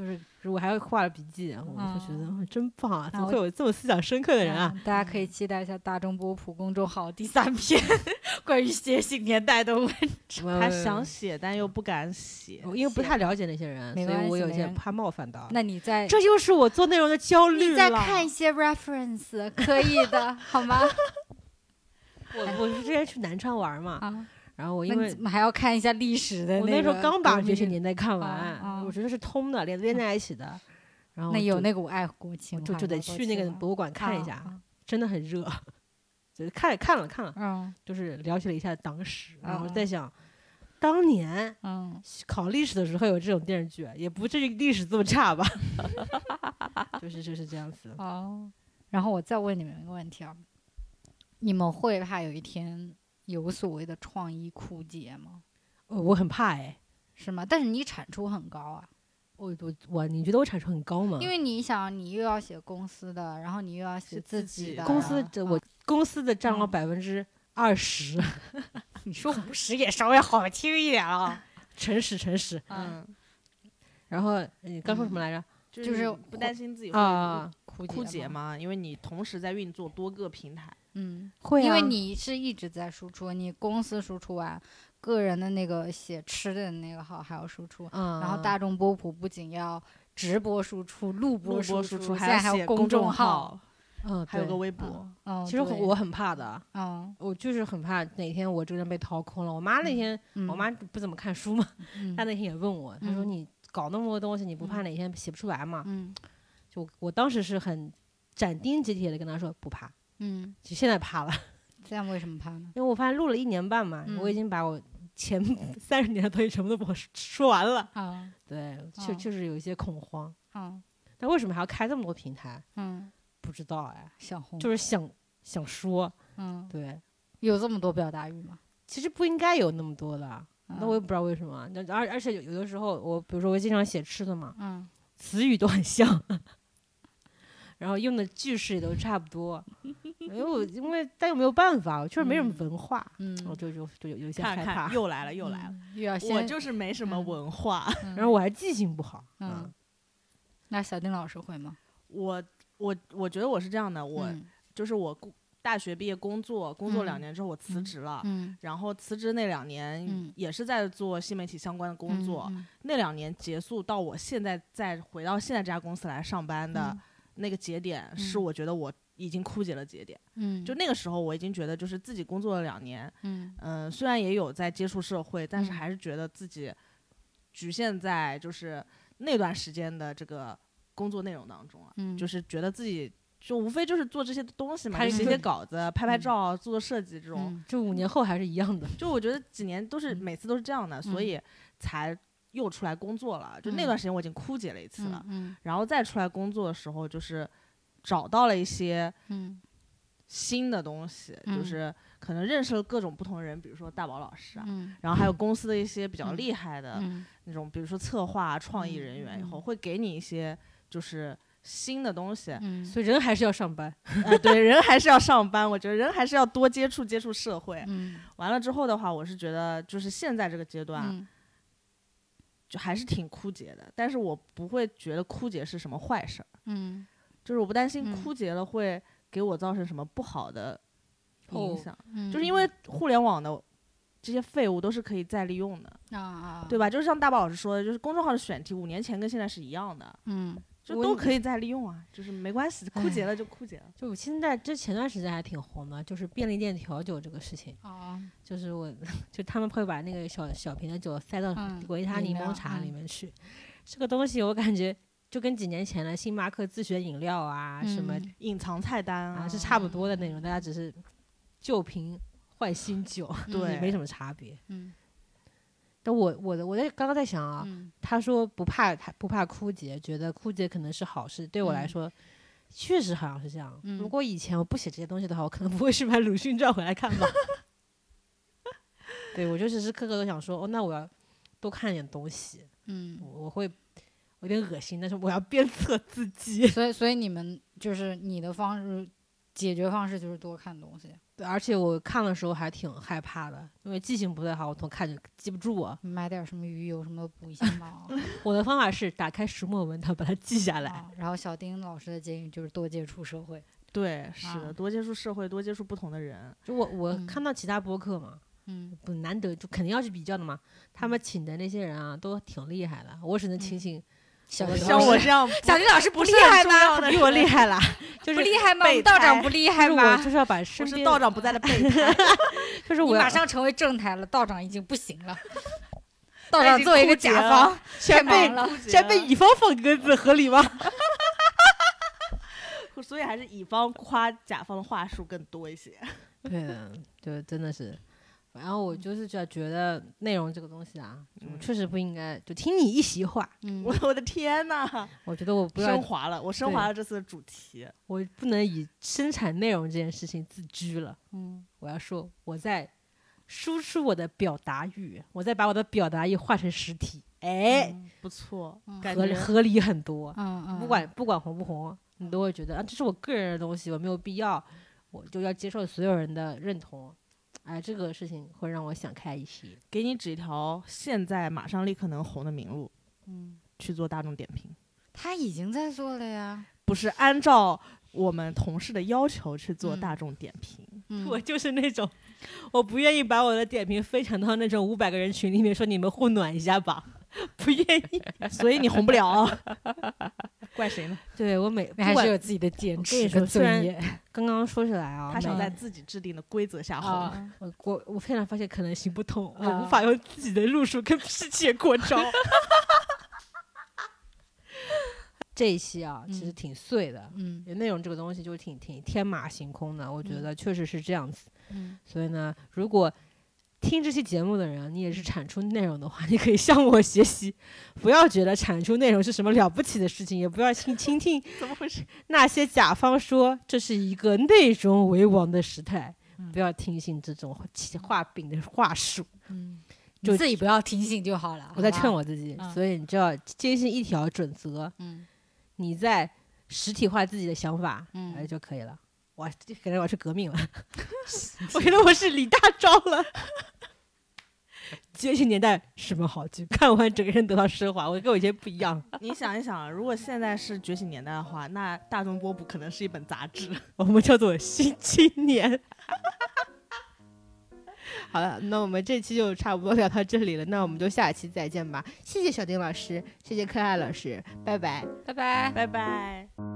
S1: 就是我还画了笔记，然后我就觉得、嗯真棒啊，怎
S2: 那
S1: 么
S2: 我
S1: 会有这么思想深刻的人啊？
S2: 嗯大家可以期待一下大众波普公众号第三篇关于觉醒年代的问
S1: 他
S3: 他
S1: 嗯
S3: 想写但又不敢写，
S2: 嗯
S1: 我因为不太了解那些人，
S2: 没
S1: 所
S2: 关
S1: 以我
S2: 系
S1: 有
S2: 没
S1: 些
S2: 人
S1: 怕冒犯到。啊
S2: 那你再
S1: 这就是我做内容的焦虑
S2: 你
S1: 了。
S2: 再看一些 reference，可以的，好吗？
S1: 我哎我是之前去南昌玩嘛，
S2: 啊，
S1: 然后我
S2: 那
S1: 因
S2: 你
S1: 为
S2: 怎么还要看一下历史的
S1: 我
S2: 那
S1: 那时候
S2: 个
S1: 刚把
S2: 革
S1: 《觉
S2: 命
S1: 醒年代》看
S2: 啊啊
S1: 完，哎我觉得是通的，连连在一起的。
S2: (laughs)
S1: 然后
S2: 那
S1: 我
S2: 有
S1: 就哦
S2: 那个我爱国情怀
S1: 就
S2: 吗，
S1: 就得
S2: 我
S1: 去那个
S2: 了
S1: 博物馆看一
S2: 啊
S1: 下，
S2: 啊
S1: 真的很热。就是看看了看了，
S2: 嗯
S1: 就是了解了一下党史，然后
S2: 啊
S1: 在想，当年
S2: 嗯，
S1: 考历史的时候有这种电视剧，也不至于历史这么差
S2: (laughs)
S1: 吧？就是就是这样子。
S2: 哦。然后我再问你们一个问题啊，你们会怕有一天有所谓的创意枯竭吗？
S1: 哦我很怕哎，
S2: 是吗？但是你产出很高啊，
S1: 我我我，你觉得我产出很高吗？
S2: 因为你想，你又要写公司的，然后你又要写
S3: 写
S2: 自
S3: 自己
S2: 的，
S3: 的
S1: 公司这
S2: 啊
S1: 我嗯公司的占了
S2: 嗯
S1: 百分之二十，
S2: (laughs) 你说五十也稍微好听一点啊，
S1: 诚实诚实。
S2: 嗯，
S3: 嗯，
S1: 然后你刚说什么来着？
S3: 就是你不担心自己会
S2: 嗯
S1: 啊，
S2: 枯
S3: 枯竭
S2: 嘛，
S3: 嘛，因为你同时在运作多个平台，
S2: 嗯，
S1: 会啊，
S2: 因为你是一直在输出，你公司输出完，个人的那个写吃的那个号还要输出，
S1: 嗯，
S2: 然后大众波普不仅要直播输出、录
S3: 录
S2: 播
S3: 播
S2: 输
S3: 输出，
S2: 现
S3: 还
S2: 在
S3: 要
S2: 还
S3: 写
S2: 有公
S3: 众
S2: 号，，
S1: 嗯，
S3: 还有
S1: 对
S3: 个微博。
S2: 嗯，嗯
S1: 其实
S2: 对
S1: 我很怕的，
S2: 嗯
S1: 我就是很怕哪天我这个人被掏空了。我妈那天，
S2: 嗯，
S1: 我妈不怎么看书嘛，
S2: 嗯
S1: 她那天也问我，她说
S2: 嗯
S1: 你搞那么多东西，你不怕哪天写不出来吗？
S2: 嗯
S1: 就我当时是很斩钉截铁的跟她说不怕，
S2: 嗯，
S1: 就现在怕了， (laughs)
S2: 这样为什么怕呢？
S1: 因为我发现录了一年半嘛，
S2: 嗯
S1: 我已经把我前 (laughs) 三十年的东西全部都把我说完了。
S2: 啊
S1: 对，确
S2: 哦
S1: 确实有一些恐慌。
S2: 啊
S1: 但为什么还要开这么多平台？
S2: 嗯，
S1: 不知道哎，
S2: 小红
S1: 就是想想说，
S2: 嗯，
S1: 对，
S2: 有这么多表达欲吗？
S1: 其实不应该有那么多的。那
S2: 嗯
S1: 我也不知道为什么，那而而且有有的时候，我比如说我经常写吃的嘛，
S2: 嗯
S1: 词语都很像， (laughs) 然后用的句式也都差不
S2: (laughs)
S1: 多，因为我因为但又没有办法，我确实没什么
S2: 嗯
S1: 文化，我
S2: 嗯，
S1: 就就就有有一些
S3: 看
S1: 害怕
S3: 看，，又来了，又来了。
S2: 嗯，又要
S3: 我
S2: 先
S3: 就是没什么
S2: 嗯
S3: 文化， (laughs)
S2: 嗯
S1: 然后我还记性不好，
S2: 嗯，，那小丁老师会吗？
S3: 我我我觉得我是这样的，我、
S2: 嗯
S3: 就是我工大学毕业工作，工作两
S2: 嗯
S3: 年之后我辞职了。
S2: 嗯
S3: 然后辞职那两年
S2: 嗯
S3: 也是在做新媒体相关的工作，
S2: 嗯
S3: 那两年结束到我现在再回到现在这家公司来上班的
S2: 嗯
S3: 那个节点，是
S2: 嗯
S3: 我觉得我已经枯竭了节点。
S2: 嗯，
S3: 就那个时候我已经觉得，就是自己工作了两年，
S2: 嗯
S3: 嗯、虽然也有在接触社会，但是
S2: 嗯
S3: 还是觉得自己局限在就是那段时间的这个工作内容当中了。啊
S2: 嗯，
S3: 就是是觉得自己就无非就是做这些东西嘛，
S1: 拍
S3: 就写
S1: 摄
S3: 写稿子、拍拍
S2: 嗯
S3: 照、做做设计这种。
S2: 嗯
S1: 这五年后还是一样的，
S3: 就我觉得几年都是
S2: 嗯
S3: 每次都是这样的，所以才又出来工作了。就那
S2: 嗯
S3: 段时间我已经枯竭了一次了，
S2: 嗯
S3: 然后再出来工作的时候，就是找到了一些
S2: 嗯
S3: 新的东西，就
S2: 嗯
S3: 是可能认识了各种不同的人，比如说大宝老师啊。
S2: 嗯
S3: 然后还有公司的一些比较
S2: 嗯
S3: 厉害的
S2: 嗯
S3: 那种，比如说策划、啊创意
S2: 嗯
S3: 人员，以后
S2: 嗯
S3: 会给你一些就是新的东西，
S2: 嗯，
S1: 所以人还是要上班，
S3: 啊，对，人还是要上班，我觉得人还是要多接触接触社会。
S2: 嗯
S3: 完了之后的话，我是觉得就是现在这个阶段、
S2: 嗯
S3: 就还是挺枯竭的，但是我不会觉得枯竭是什么坏事儿，
S2: 嗯
S3: 就是我不担心
S2: 嗯
S3: 枯竭了会给我造成什么不好的影
S1: 哦
S3: 响，
S2: 嗯，
S3: 就是因为互联网的。这些废物都是可以再利用的，
S2: 啊啊，
S3: 对吧？就是像大宝老师说的，就是公众号的选题五年前跟现在是一样的，
S2: 嗯
S3: 就
S1: 我
S3: 都可以再利用啊，就是没关系，枯竭了就枯竭了。
S1: 就我现在这前段时间还挺红的，就是便利店调酒这个事情，
S2: 哦，
S1: 就是我 (laughs) 就他们会把那个小小瓶的酒塞到
S2: 嗯
S1: 维他
S2: 里
S1: 柠
S2: 面
S1: 檬茶
S2: 嗯
S1: 里面去，这个东西我感觉就跟几年前的星巴克自选饮料啊、什么
S2: 嗯
S3: 隐藏菜单
S1: 啊
S3: 啊，
S1: 是差不多的那种，大家只是旧瓶换新酒，
S3: 对
S1: 没什么差别。
S2: 嗯
S1: 但我我的我在刚刚在想啊，
S2: 嗯
S1: 他说不怕他不怕枯竭，觉得枯竭可能是好事，对我来
S2: 嗯
S1: 说。确实好像是这样。如
S2: 嗯
S1: 果以前我不写这些东西的话，我可能不会去买《鲁迅传》回来 (laughs) 看吧。对我就时时刻刻都想说，哦，那我要多看点东西。
S2: 嗯，
S1: 我我会我有点恶心，但是我要鞭策自己。
S2: 所以所以你们就是你的方式。解决方式就是多看东西，
S1: 对，而且我看的时候还挺害怕的，因为记性不太好，我从看就记不住啊。
S2: 买点什么鱼油什么补一下 (laughs) 脑啊
S1: 我的方法是打开石墨文档把它记下来。
S2: 然后小丁老师的建议就是多接触社会，
S3: 对，是的，
S2: 啊
S3: 多接触社会，多接触不同的人，
S1: 就我我
S2: 嗯
S1: 看到其他播客嘛，
S2: 嗯，
S1: 不难得就肯定要去比较的嘛。他们请的那些人啊，都挺厉害的，我只能庆
S2: 嗯
S1: 幸
S2: 小
S1: 我
S2: 丁
S3: 像
S2: 老
S3: 我
S2: (laughs) 师
S3: 这 (laughs) 样不
S2: 小丁老师不
S3: 不
S2: 厉
S3: 是很
S2: 害
S3: 重要
S2: 吗？ (laughs)
S3: 的
S1: 比我厉害
S3: (laughs)
S1: 啦，就
S2: 不
S1: 是
S2: 厉害吗？我们
S3: 备
S2: 道长
S3: 胎
S2: 不厉
S1: 就
S2: 害
S1: 是
S2: 吗
S1: 我？就是要把
S3: 我
S1: 身
S3: 是
S1: 边
S3: 道长不 (laughs) 在的备胎，
S1: 就是
S2: 你
S1: 我
S2: 马
S1: 要
S2: 上成为正台了，道长已经不行了。 (laughs) 道
S3: 他已
S2: 长
S3: 经
S2: 作为一个
S3: 枯竭
S2: 甲
S3: 了
S2: 方，太
S1: 全被
S2: 忙了。
S1: 全被
S3: (laughs)
S1: 乙方放鸽子，合理吗？
S3: 所以还是乙方夸甲方的话术更多一些。
S1: (laughs) 对的，就真的是。然后我就是觉觉得内容这个东西啊，就
S3: 嗯
S1: 确实不应该就听你一席话。
S2: 嗯
S3: (laughs) 我，我的天呐，
S1: 我觉得我不
S3: 升
S1: 要，
S3: 华了，我升华了这次的主题。
S1: 我不能以生产内容这件事情自居了。
S2: 嗯，
S1: 我要说我在输出我的表达欲，我在把我的表达欲化成实体，哎，
S2: 嗯，
S3: 不错
S2: 嗯，
S3: 感
S1: 合理
S3: 觉
S1: 合理很多。
S2: 嗯嗯，
S1: 不管不管红不红，你都会觉得啊，这是我个人的东西，我没有必要，我就要接受所有人的认同。哎，这个事情会让我想开一些。
S3: 给你指一条现在马上立刻能红的明路
S2: 嗯，
S3: 去做大众点评，
S2: 他已经在做了呀。
S3: 不是按照我们同事的要求去做
S2: 嗯
S3: 大众点 (laughs) 评。
S2: 嗯，
S1: 我就是那种，我不愿意把我的点评分享到那种五百个人群里面，说你们互暖一下吧， (laughs) 不愿意。
S3: 所以你红不 (laughs) 了，怪谁呢？
S1: 对我每
S2: 你
S1: 不
S2: 还是
S1: 管
S2: 有自己的坚
S1: 我跟
S2: 持
S1: 你说
S2: 和
S1: 虽然
S2: 尊严。
S1: (laughs) 刚刚说起来啊，
S3: 他想
S1: 每
S3: 在自己制定的规则下红。
S1: 啊，我我我现在发现可能行不通，我
S2: 啊
S1: 无法用自己的路数跟剽
S2: (laughs)
S1: 窃过招。
S3: (laughs)
S1: 这一期啊，其实
S2: 嗯
S1: 挺碎的，
S2: 嗯
S1: 内容这个东西就挺挺天马行空的，我觉
S2: 嗯
S1: 得确实是这样子。
S2: 嗯，
S1: 所以呢，如果听这期节目的人，你也
S2: 嗯
S1: 是产出内容的话，你可以向我学习，不要觉得产出内容是什么了不起的事情，也不要听倾听
S3: 怎么回事？
S1: 那些甲方说这是一个内容为王的时代，
S3: 嗯
S1: 不要听信这种起画饼的话术。
S2: 嗯，
S1: 就
S2: 你自己不要听信就好了。
S1: 我在
S2: 好吧
S1: 劝，我自己，
S2: 嗯
S1: 所以你就要坚信一条准则，
S2: 嗯
S1: 你在实体化自己的想法，
S2: 嗯
S1: 哎就可以了。我感觉我要去革
S2: (laughs)
S1: 命了， (laughs) 我觉得我是李大钊了。 (laughs) 觉醒年代什么好剧？看完整个人得到升华，我跟我以前不一样。
S3: 你想一想，如果现在是觉醒年代的话，那大众波普可能是一本杂志。 (laughs)
S1: 我们叫做新青年。 (laughs) 好了，那我们这期就差不多聊到这里了，那我们就下期再见吧。谢谢小丁老师，谢谢可爱老师，拜拜。
S2: 拜拜。
S3: 拜拜。